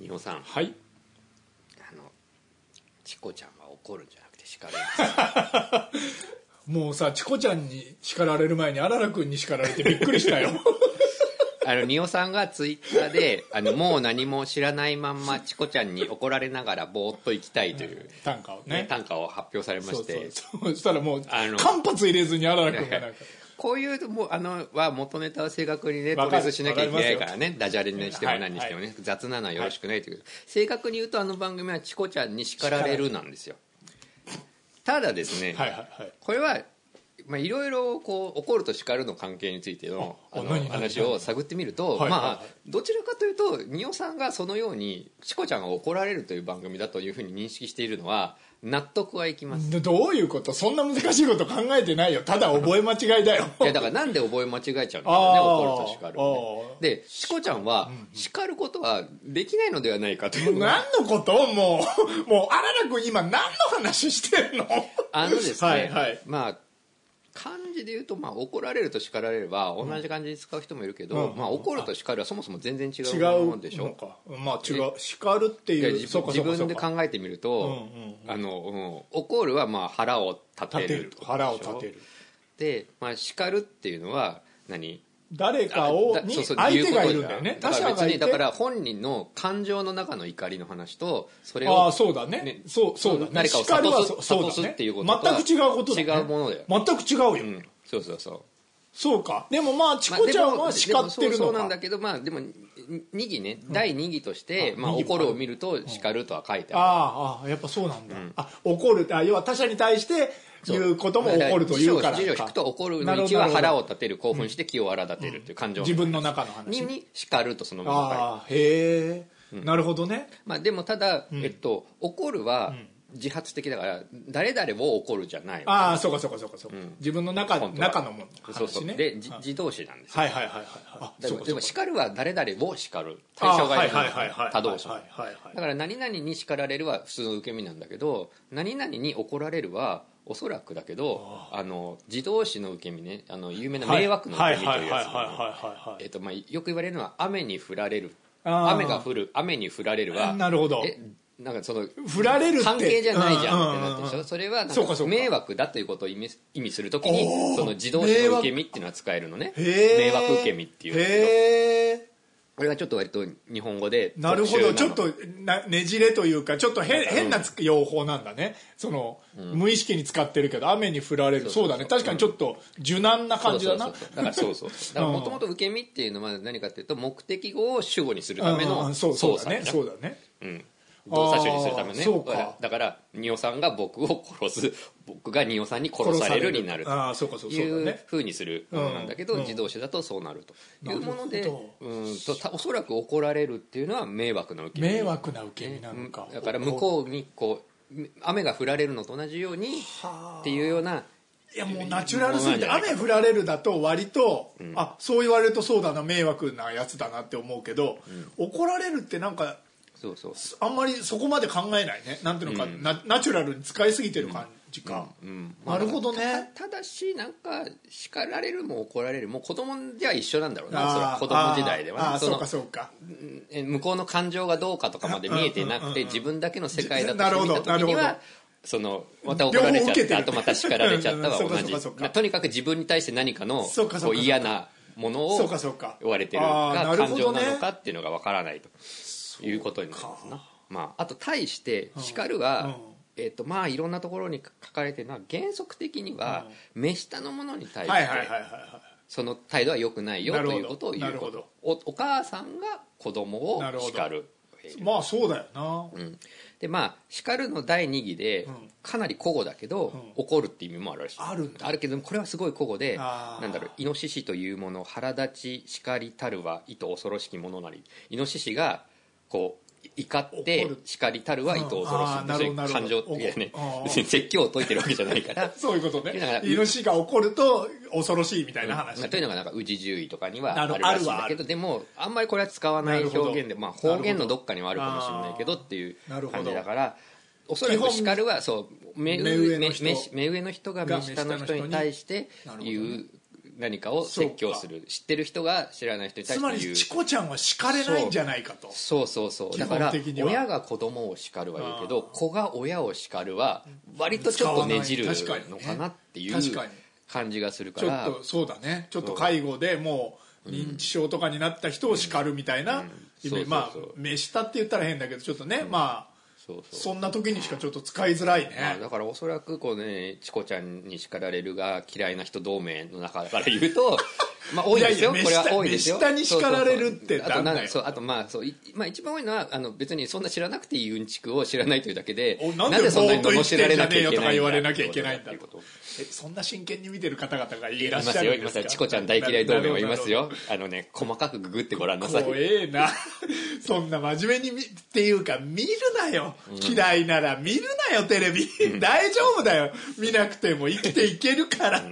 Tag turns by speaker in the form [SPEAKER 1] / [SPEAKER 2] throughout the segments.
[SPEAKER 1] 二本さん
[SPEAKER 2] はい
[SPEAKER 1] あのチコちゃんは怒るんじゃなくて叱るんです
[SPEAKER 2] もうさチコちゃんに叱られる前にあららくんに叱られてびっくりした よ
[SPEAKER 1] あの二尾さんがツイッターであのもう何も知らないまんまチコちゃんに怒られながらぼーっと行きたいという、
[SPEAKER 2] 短歌を
[SPEAKER 1] ね
[SPEAKER 2] ね
[SPEAKER 1] 短歌を発表されま
[SPEAKER 2] そう
[SPEAKER 1] して
[SPEAKER 2] そうそうそしたらもう
[SPEAKER 1] あの
[SPEAKER 2] 間髪入れずにあららくんがなんか
[SPEAKER 1] こういうもうあのは元ネタを正確にね
[SPEAKER 2] わ
[SPEAKER 1] 統
[SPEAKER 2] かる
[SPEAKER 1] 別しなきゃいけないからねダジャレにしても何にしてもね、
[SPEAKER 2] は
[SPEAKER 1] 雑なのはよろしくないという、正確に言うとあの番組はチコちゃんに叱られるなんですよただですね、
[SPEAKER 2] はいはいはい
[SPEAKER 1] これはまあいろいろこう怒ると叱るの関係についての
[SPEAKER 2] あ
[SPEAKER 1] あの
[SPEAKER 2] 何何
[SPEAKER 1] 話を探ってみると、
[SPEAKER 2] はいはいはい
[SPEAKER 1] まあどちらかというと二尾さんがそのようにチコちゃんが怒られるという番組だというふうに認識しているのは納得はいきます
[SPEAKER 2] でどういうことそんな難しいこと考えてないよただ覚え間違いだよ
[SPEAKER 1] いやだからなんで覚え間違えちゃうんだろうね
[SPEAKER 2] あー
[SPEAKER 1] 怒ると叱るをね
[SPEAKER 2] あー
[SPEAKER 1] でチコちゃんは叱ることはできないのではないかという
[SPEAKER 2] 何のこともうもうあららくん今何の話してんの
[SPEAKER 1] あのですね、
[SPEAKER 2] はいはい
[SPEAKER 1] まあ漢字で言うと、まあ、怒られると叱られれば同じ漢字で使う人もいるけど、
[SPEAKER 2] うん
[SPEAKER 1] まあ、怒ると叱るはそもそも全然違
[SPEAKER 2] 違
[SPEAKER 1] うもの
[SPEAKER 2] う
[SPEAKER 1] でし
[SPEAKER 2] の
[SPEAKER 1] ょ
[SPEAKER 2] かまあ違う叱るって
[SPEAKER 1] いや
[SPEAKER 2] いう
[SPEAKER 1] 自
[SPEAKER 2] そう
[SPEAKER 1] 分
[SPEAKER 2] か
[SPEAKER 1] 自
[SPEAKER 2] そ
[SPEAKER 1] 分
[SPEAKER 2] うかそう
[SPEAKER 1] で
[SPEAKER 2] か
[SPEAKER 1] 考えてみると、
[SPEAKER 2] うんうんうん
[SPEAKER 1] あのうん怒るはまあ腹を立て
[SPEAKER 2] 立て
[SPEAKER 1] る
[SPEAKER 2] る腹を立てる
[SPEAKER 1] で、まあ、叱るっていうのは何
[SPEAKER 2] 誰かを
[SPEAKER 1] だ
[SPEAKER 2] に
[SPEAKER 1] そうそう
[SPEAKER 2] 相手が
[SPEAKER 1] 言
[SPEAKER 2] いうる
[SPEAKER 1] こと
[SPEAKER 2] んだよね
[SPEAKER 1] だか
[SPEAKER 2] 他者
[SPEAKER 1] ら別
[SPEAKER 2] がい
[SPEAKER 1] に
[SPEAKER 2] て
[SPEAKER 1] だから本人の感情の中の怒りの話とそれ
[SPEAKER 2] あ
[SPEAKER 1] を
[SPEAKER 2] あそうだね
[SPEAKER 1] ね
[SPEAKER 2] そうそうだね
[SPEAKER 1] 誰かを
[SPEAKER 2] 叱るは
[SPEAKER 1] 諭す
[SPEAKER 2] そうそうだ
[SPEAKER 1] 諭す
[SPEAKER 2] ね
[SPEAKER 1] っていうこととは
[SPEAKER 2] 全く違うことだ、ね、
[SPEAKER 1] 違うものだよ
[SPEAKER 2] 全く違うよ、
[SPEAKER 1] うんそうそうそう
[SPEAKER 2] そうかでもまあチ
[SPEAKER 1] まあ
[SPEAKER 2] コちゃ
[SPEAKER 1] で
[SPEAKER 2] ん
[SPEAKER 1] も
[SPEAKER 2] は叱って
[SPEAKER 1] でも
[SPEAKER 2] る
[SPEAKER 1] そうそうな
[SPEAKER 2] の
[SPEAKER 1] ん
[SPEAKER 2] か
[SPEAKER 1] だけどまあでも2期ね第2義として、
[SPEAKER 2] うん
[SPEAKER 1] まあ、
[SPEAKER 2] 二義も
[SPEAKER 1] 怒るを見ると叱るとは書いてある
[SPEAKER 2] ああああやっぱそうなんだ、あ怒るあ要は他者に対して言うことも怒るというから
[SPEAKER 1] 辞書を辞書を引くと怒るの1は腹を立てる興奮して気を荒立てるっていう感情
[SPEAKER 2] 自分の中の話
[SPEAKER 1] にに叱るとそのまま書いてある
[SPEAKER 2] ああへえ、なるほどね
[SPEAKER 1] まあ、でもただ、えっと、怒るは自発的だから誰々を怒るじゃない
[SPEAKER 2] ああそうかそうかそうかそうか、自分の中
[SPEAKER 1] 本当は
[SPEAKER 2] 中のもの話ね
[SPEAKER 1] そうそうでじ自動詞なんですよ
[SPEAKER 2] はいはいはいはいあ
[SPEAKER 1] で
[SPEAKER 2] そう
[SPEAKER 1] も
[SPEAKER 2] か
[SPEAKER 1] で
[SPEAKER 2] そう
[SPEAKER 1] も
[SPEAKER 2] か
[SPEAKER 1] 叱るは誰々を叱る対象がいる
[SPEAKER 2] ああはいはいはいはい
[SPEAKER 1] 他動詞
[SPEAKER 2] はいはいはい
[SPEAKER 1] だから何々に叱られるは普通の受け身なんだけど何々に怒られるはおそらくだけどあの自動詞の受け身ねあの有名な迷惑の受け身というやつ
[SPEAKER 2] はいはいはいはいはいはい
[SPEAKER 1] えっとまあ、よく言われるのは雨に降られる
[SPEAKER 2] あー
[SPEAKER 1] 雨が降る雨に降られるは
[SPEAKER 2] なるほど
[SPEAKER 1] えなんかその
[SPEAKER 2] 振られるって
[SPEAKER 1] 関係じゃないじゃんってなってるでし
[SPEAKER 2] うんうんう
[SPEAKER 1] ょ
[SPEAKER 2] ん
[SPEAKER 1] それはなん
[SPEAKER 2] そうかそ
[SPEAKER 1] か
[SPEAKER 2] うか
[SPEAKER 1] 迷惑だということを意味す意味するときに
[SPEAKER 2] おー
[SPEAKER 1] その自動車の受け身っていうのは使えるのね
[SPEAKER 2] へえ
[SPEAKER 1] 迷惑受け身っていうんだけど
[SPEAKER 2] へえ
[SPEAKER 1] これがちょっと割と日本語で
[SPEAKER 2] なるほ
[SPEAKER 1] 特
[SPEAKER 2] ど
[SPEAKER 1] 殊
[SPEAKER 2] ちょっ
[SPEAKER 1] の
[SPEAKER 2] となねじれというかちょっと変変なつ用法なんだねその、無意識に使ってるけど雨に降られる
[SPEAKER 1] そ
[SPEAKER 2] そう
[SPEAKER 1] そううそう
[SPEAKER 2] だね確かにちょっと柔軟な感じだな
[SPEAKER 1] そうそうそうだからそうそう そうだからもともと受け身っていうのは何かっていうと目的語を主語にするため
[SPEAKER 2] うんう
[SPEAKER 1] の
[SPEAKER 2] んそう
[SPEAKER 1] 操
[SPEAKER 2] そう
[SPEAKER 1] 作
[SPEAKER 2] だねそうだね
[SPEAKER 1] うん動作主にするための
[SPEAKER 2] あ
[SPEAKER 1] ね
[SPEAKER 2] ーそうか
[SPEAKER 1] だから仁王さんが僕を殺す僕が仁王さんに殺されるになる
[SPEAKER 2] ああそうかそうそうだ
[SPEAKER 1] いう
[SPEAKER 2] ね
[SPEAKER 1] ふうにするものなんだけど、
[SPEAKER 2] うん
[SPEAKER 1] 自動車だとそうなるというもので
[SPEAKER 2] なるほ
[SPEAKER 1] うんとたおそらく怒られるっていうのは迷惑の受け身
[SPEAKER 2] 迷惑な受け身なのか、
[SPEAKER 1] だから向こうにこう雨が降られるのと同じようにっていうようない
[SPEAKER 2] やもうナチュラルすぎて
[SPEAKER 1] ものなんじゃない
[SPEAKER 2] 雨降られるだと割と、あそう言われるとそうだな迷惑なやつだなって思うけど、怒られるってなんか
[SPEAKER 1] そうそう
[SPEAKER 2] あんまりそこまで考えないねなんていうのか、なナチュラルに使いすぎてる感じか、なるほどね
[SPEAKER 1] ただしなんか叱られるも怒られるも子供では一緒なんだろうな
[SPEAKER 2] あー
[SPEAKER 1] それは子供時代で
[SPEAKER 2] あー
[SPEAKER 1] は
[SPEAKER 2] あ
[SPEAKER 1] ね
[SPEAKER 2] ー
[SPEAKER 1] そ
[SPEAKER 2] そう
[SPEAKER 1] の
[SPEAKER 2] かそうか
[SPEAKER 1] え向こうの感情がどうかとかまで見えてなくて自分だけの世界だと
[SPEAKER 2] なるほ
[SPEAKER 1] して
[SPEAKER 2] ど
[SPEAKER 1] 見た時に
[SPEAKER 2] なる
[SPEAKER 1] は
[SPEAKER 2] ほど
[SPEAKER 1] そのまた怒られちゃ
[SPEAKER 2] 両方
[SPEAKER 1] っ
[SPEAKER 2] 受けて
[SPEAKER 1] た
[SPEAKER 2] る
[SPEAKER 1] あとまた叱られちゃったは
[SPEAKER 2] うんうん
[SPEAKER 1] 同
[SPEAKER 2] うん
[SPEAKER 1] じ
[SPEAKER 2] そうかそうかそうか
[SPEAKER 1] まあとにかく自分に対して何かの
[SPEAKER 2] そうかそうか
[SPEAKER 1] こう嫌なもの
[SPEAKER 2] そう
[SPEAKER 1] を
[SPEAKER 2] かそうか
[SPEAKER 1] 言われてる
[SPEAKER 2] あ
[SPEAKER 1] か
[SPEAKER 2] ーなる
[SPEAKER 1] 感
[SPEAKER 2] ほ
[SPEAKER 1] 情
[SPEAKER 2] どね
[SPEAKER 1] なのかっていうのがわからないということになりますな。まあ、あと対して叱るは、えっとまあ、いろんなところに書かれてるのは原則的には目下のものに対して、
[SPEAKER 2] はいはいはいはいは
[SPEAKER 1] その態度は良くないよ
[SPEAKER 2] なる
[SPEAKER 1] と
[SPEAKER 2] ほど
[SPEAKER 1] いうことを言うこ
[SPEAKER 2] なる
[SPEAKER 1] とおお母さんが子供を
[SPEAKER 2] なるほど
[SPEAKER 1] 叱る
[SPEAKER 2] いまあそうだよな、
[SPEAKER 1] うんでまあ叱るの第二義でかなり古語だけど、怒るって意味もあるらしい
[SPEAKER 2] あるんだ
[SPEAKER 1] けどこれはすごい古語で
[SPEAKER 2] あー
[SPEAKER 1] なんだろうイノシシというもの腹立ち叱りたるはいと恐ろしきものなりイノシシがこうい怒って
[SPEAKER 2] 怒る
[SPEAKER 1] 叱りたるはいと恐ろし
[SPEAKER 2] う
[SPEAKER 1] き
[SPEAKER 2] んあー
[SPEAKER 1] そういう
[SPEAKER 2] なるほど
[SPEAKER 1] 感情っていうね
[SPEAKER 2] 怒るあー
[SPEAKER 1] 別に説教を解いてるわけじゃないから
[SPEAKER 2] そういうこと
[SPEAKER 1] だから
[SPEAKER 2] ねイノシシが怒ると恐ろしいみたいな話、
[SPEAKER 1] まあというのがなんか宇治獣医とかには
[SPEAKER 2] な
[SPEAKER 1] あ
[SPEAKER 2] る
[SPEAKER 1] るらしいん
[SPEAKER 2] あるは
[SPEAKER 1] だ
[SPEAKER 2] あ
[SPEAKER 1] け
[SPEAKER 2] る
[SPEAKER 1] どでもあんまりこれは使わない
[SPEAKER 2] なるほど
[SPEAKER 1] 表現で、まあ、方言のどっかにはあるかもしれないけどっていう
[SPEAKER 2] なるほど
[SPEAKER 1] 感じだからおそらく叱るはそう目
[SPEAKER 2] 目
[SPEAKER 1] 上
[SPEAKER 2] 上
[SPEAKER 1] 目
[SPEAKER 2] の
[SPEAKER 1] 目
[SPEAKER 2] 人
[SPEAKER 1] 目目上の人が目下の人に対して
[SPEAKER 2] なるほど
[SPEAKER 1] 言う何かを説教する知ってる人が知らない人に対して
[SPEAKER 2] つま
[SPEAKER 1] 言う
[SPEAKER 2] りチコちゃんは叱れないんじゃないかと
[SPEAKER 1] そうそうそうだから
[SPEAKER 2] 基本的には
[SPEAKER 1] 親が子供を叱るは言うけど子が親を叱るは割とちょっとねじる
[SPEAKER 2] 使わない確かに
[SPEAKER 1] の
[SPEAKER 2] ね
[SPEAKER 1] かなっていう
[SPEAKER 2] 確かに
[SPEAKER 1] 感じがするか
[SPEAKER 2] ちょ
[SPEAKER 1] ら
[SPEAKER 2] っとそうだねちょっと介護でもう認知症とかになった人を叱るみたいなイメージ
[SPEAKER 1] うん
[SPEAKER 2] ま
[SPEAKER 1] そ
[SPEAKER 2] あ
[SPEAKER 1] うそうそう
[SPEAKER 2] 目下って言ったら変だけどちょっとね、まあ
[SPEAKER 1] そうそう
[SPEAKER 2] そんな時にしかちょっと使いづらい
[SPEAKER 1] まあ、
[SPEAKER 2] ね
[SPEAKER 1] だからおそらくこうねチコちゃんに叱られるが嫌いな人同盟の中から言う とまあ多いですよ
[SPEAKER 2] いやいや
[SPEAKER 1] これは多いですよ
[SPEAKER 2] 目下に叱られるって
[SPEAKER 1] そうそうそうあと
[SPEAKER 2] なん
[SPEAKER 1] な
[SPEAKER 2] だよ
[SPEAKER 1] んそうあとまあそういまあ一番多いのはあの別にそんな知らなくていいうんちくを知らないというだけで
[SPEAKER 2] おなんで
[SPEAKER 1] そんなに罵られなきゃいけないんだ
[SPEAKER 2] ぼーっと生きてんじゃねえよとか言われなきゃいけないんだ
[SPEAKER 1] っていうこと
[SPEAKER 2] えそんな真剣に見てる方々がい
[SPEAKER 1] い
[SPEAKER 2] ら
[SPEAKER 1] ま
[SPEAKER 2] っし
[SPEAKER 1] す
[SPEAKER 2] ゃ
[SPEAKER 1] よ
[SPEAKER 2] る
[SPEAKER 1] い
[SPEAKER 2] んで
[SPEAKER 1] ます
[SPEAKER 2] す
[SPEAKER 1] よ
[SPEAKER 2] か
[SPEAKER 1] チコちゃん大嫌い同盟はいますよあのね細かくググってごらんなさい
[SPEAKER 2] 怖えな そんな真面目に見っていうか見るなよ、嫌いなら見るなよテレビ 大丈夫だよ見なくても生きていけるから、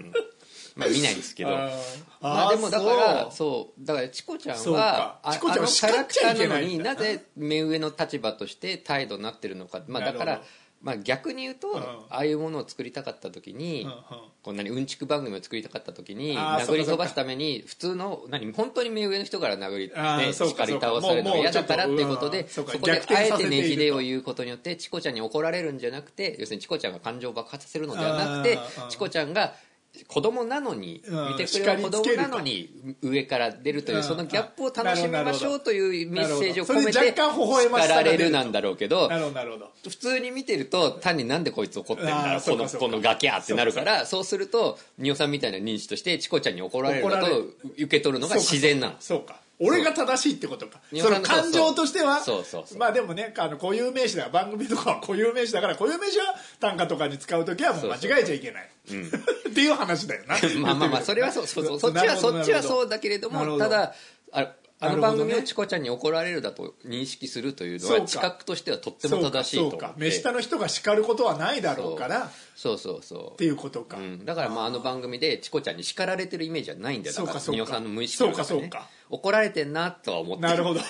[SPEAKER 1] まあ見ないですけど
[SPEAKER 2] あー
[SPEAKER 1] まあでもだか
[SPEAKER 2] あ
[SPEAKER 1] ら
[SPEAKER 2] ーそ
[SPEAKER 1] そうだからチコちゃん
[SPEAKER 2] そうか
[SPEAKER 1] はあ
[SPEAKER 2] チコちゃんは
[SPEAKER 1] あのキャラクターなのに
[SPEAKER 2] 叱っちゃ
[SPEAKER 1] ない
[SPEAKER 2] けないん
[SPEAKER 1] ぜ目上の立場として態度になってるのかまあだか
[SPEAKER 2] なる
[SPEAKER 1] ら
[SPEAKER 2] ほど
[SPEAKER 1] まあ逆に言うと
[SPEAKER 2] ん
[SPEAKER 1] ああいうものを作りたかった時に
[SPEAKER 2] うんうん
[SPEAKER 1] こんなにうんちく番組を作りたかった時に殴
[SPEAKER 2] あー
[SPEAKER 1] り
[SPEAKER 2] そっかそっ
[SPEAKER 1] 飛
[SPEAKER 2] か
[SPEAKER 1] ばすために普通の何本当に目上の人から殴り
[SPEAKER 2] あー
[SPEAKER 1] ね
[SPEAKER 2] そう
[SPEAKER 1] 叱
[SPEAKER 2] かそ
[SPEAKER 1] り
[SPEAKER 2] うか
[SPEAKER 1] 倒されるのが
[SPEAKER 2] もうもう
[SPEAKER 1] 嫌だからっていう
[SPEAKER 2] ちょ
[SPEAKER 1] こ
[SPEAKER 2] っと
[SPEAKER 1] とで
[SPEAKER 2] うんそ
[SPEAKER 1] そう
[SPEAKER 2] か
[SPEAKER 1] こで
[SPEAKER 2] 逆
[SPEAKER 1] あ
[SPEAKER 2] 転
[SPEAKER 1] え
[SPEAKER 2] させ
[SPEAKER 1] て
[SPEAKER 2] て
[SPEAKER 1] ね
[SPEAKER 2] いると
[SPEAKER 1] じれを言うことによってチコちゃんに怒られるんじゃなくて要するにチコちゃんが感情を爆発させるのではなくて
[SPEAKER 2] あーあー
[SPEAKER 1] チコちゃんが子供なのに
[SPEAKER 2] うん
[SPEAKER 1] 見てくれる子供なの
[SPEAKER 2] 叱
[SPEAKER 1] に上から出るといううんそのギャップを楽しみましょうというメッセージを
[SPEAKER 2] なる
[SPEAKER 1] 込
[SPEAKER 2] ほ
[SPEAKER 1] めて
[SPEAKER 2] どそれで若干微笑まし
[SPEAKER 1] 叱
[SPEAKER 2] さ
[SPEAKER 1] ら
[SPEAKER 2] が出
[SPEAKER 1] れ
[SPEAKER 2] ると
[SPEAKER 1] るなんだろうけど
[SPEAKER 2] なるほどなるほど
[SPEAKER 1] 普通に見てると単になんでこいつ怒ってんだ
[SPEAKER 2] あ
[SPEAKER 1] ろ
[SPEAKER 2] ー
[SPEAKER 1] こ
[SPEAKER 2] そう
[SPEAKER 1] の
[SPEAKER 2] かそう
[SPEAKER 1] こ
[SPEAKER 2] か
[SPEAKER 1] のガキャーってなるからそうすると仁さんみたいな認知としてチコちゃんに怒られるの
[SPEAKER 2] 怒られ
[SPEAKER 1] と
[SPEAKER 2] る
[SPEAKER 1] 受け取るのが自然なの
[SPEAKER 2] そうか俺が正しいってことか
[SPEAKER 1] そう
[SPEAKER 2] その感情としては
[SPEAKER 1] そうそうそう
[SPEAKER 2] まあでもねあの固有名詞だから番組とかは固有名詞だから固有名詞は短歌とかに使う時はもう間違えちゃいけない っていう話だよな
[SPEAKER 1] まあまあまあそれはそうそうそうそっちはそっちはそうだけれど
[SPEAKER 2] なるほ
[SPEAKER 1] も
[SPEAKER 2] ど
[SPEAKER 1] ただああ
[SPEAKER 2] な
[SPEAKER 1] の
[SPEAKER 2] るほど
[SPEAKER 1] 番
[SPEAKER 2] ね
[SPEAKER 1] 組をチコちゃんに怒られるだと認識するというの
[SPEAKER 2] そう
[SPEAKER 1] は
[SPEAKER 2] か
[SPEAKER 1] 知覚としてはとっても正しいと思
[SPEAKER 2] そうかそ
[SPEAKER 1] っ
[SPEAKER 2] うか
[SPEAKER 1] て
[SPEAKER 2] 目下の人が叱ることはないだろうからっ
[SPEAKER 1] そうそうそう
[SPEAKER 2] ていうことか、
[SPEAKER 1] うん、だからまああの番組でチコちゃんに叱られてるイメージはないんだよだから
[SPEAKER 2] そうかそうか
[SPEAKER 1] 美桜さんの無意識の中で、ね、
[SPEAKER 2] そうかそうか
[SPEAKER 1] 怒られてんなとは思って
[SPEAKER 2] なる ほど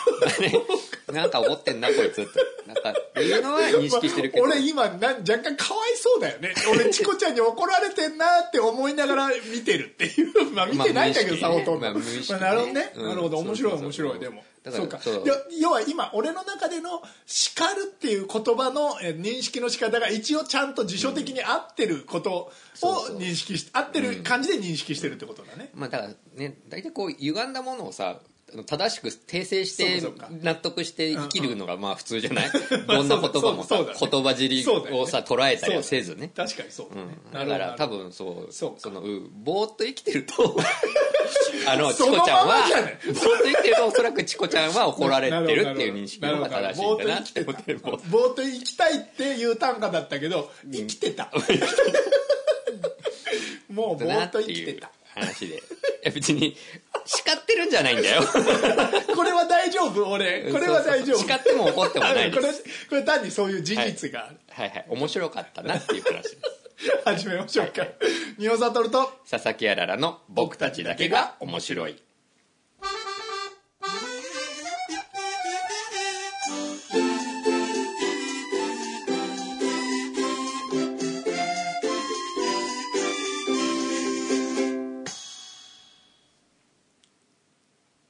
[SPEAKER 1] どなんか怒ってんなこいつってなんかっていうのは認識してるけど、
[SPEAKER 2] まあ俺今なん若干かわいそうだ よね俺チコちゃんに怒られてんなって思いながら見てるって いうまあ見てないんだけどさ
[SPEAKER 1] まあ無意識ね
[SPEAKER 2] ほとんど
[SPEAKER 1] まあ無意識ね
[SPEAKER 2] なるほどね
[SPEAKER 1] うん
[SPEAKER 2] なるほど面白い
[SPEAKER 1] そうそう
[SPEAKER 2] 面
[SPEAKER 1] そう
[SPEAKER 2] 白いでも
[SPEAKER 1] だから
[SPEAKER 2] そうか
[SPEAKER 1] そう
[SPEAKER 2] いや要は今俺の中での「叱る」っていう言葉のえー認識の仕方が一応ちゃんと辞書的に合ってることを
[SPEAKER 1] そうそう
[SPEAKER 2] 認識して合ってる感じで認識してるってことだね
[SPEAKER 1] まあだからね大体こう歪んだものをさあの正しく訂正して
[SPEAKER 2] そうかそうか
[SPEAKER 1] 納得して生きるのがまあ普通じゃないどんな言葉もさ
[SPEAKER 2] そうだそうだそうだね
[SPEAKER 1] 言葉尻
[SPEAKER 2] そうだよね
[SPEAKER 1] をさ捉えたりはせずね
[SPEAKER 2] 確かにそうだねな
[SPEAKER 1] だ
[SPEAKER 2] るほ
[SPEAKER 1] から多
[SPEAKER 2] ど
[SPEAKER 1] 分そう
[SPEAKER 2] そうか
[SPEAKER 1] そのうぼーっと生きてると あのチ
[SPEAKER 2] その
[SPEAKER 1] コちゃん
[SPEAKER 2] ま
[SPEAKER 1] は
[SPEAKER 2] まじゃない
[SPEAKER 1] ぼーっと生きてるとおそらくチコちゃんは怒られてるっていう認識の方が正しいんだなって思ってる
[SPEAKER 2] ぼーっと行きたいっていう短歌だったけど生きてた、 もうぼー
[SPEAKER 1] な
[SPEAKER 2] っ
[SPEAKER 1] っ
[SPEAKER 2] と
[SPEAKER 1] て
[SPEAKER 2] 生きて
[SPEAKER 1] いう
[SPEAKER 2] た
[SPEAKER 1] 話でいや別に叱ってるんじゃないんだよ
[SPEAKER 2] これは大丈夫俺これは大丈夫
[SPEAKER 1] そうそうそう叱っても怒ってもない
[SPEAKER 2] あこ
[SPEAKER 1] で
[SPEAKER 2] れ
[SPEAKER 1] す
[SPEAKER 2] これ単にそういう事実がある、
[SPEAKER 1] はいはい面白かったなっていう話です
[SPEAKER 2] 始めましょうか
[SPEAKER 1] はい
[SPEAKER 2] 仁王悟と
[SPEAKER 1] 佐々木あららの「僕たちだけが面白い」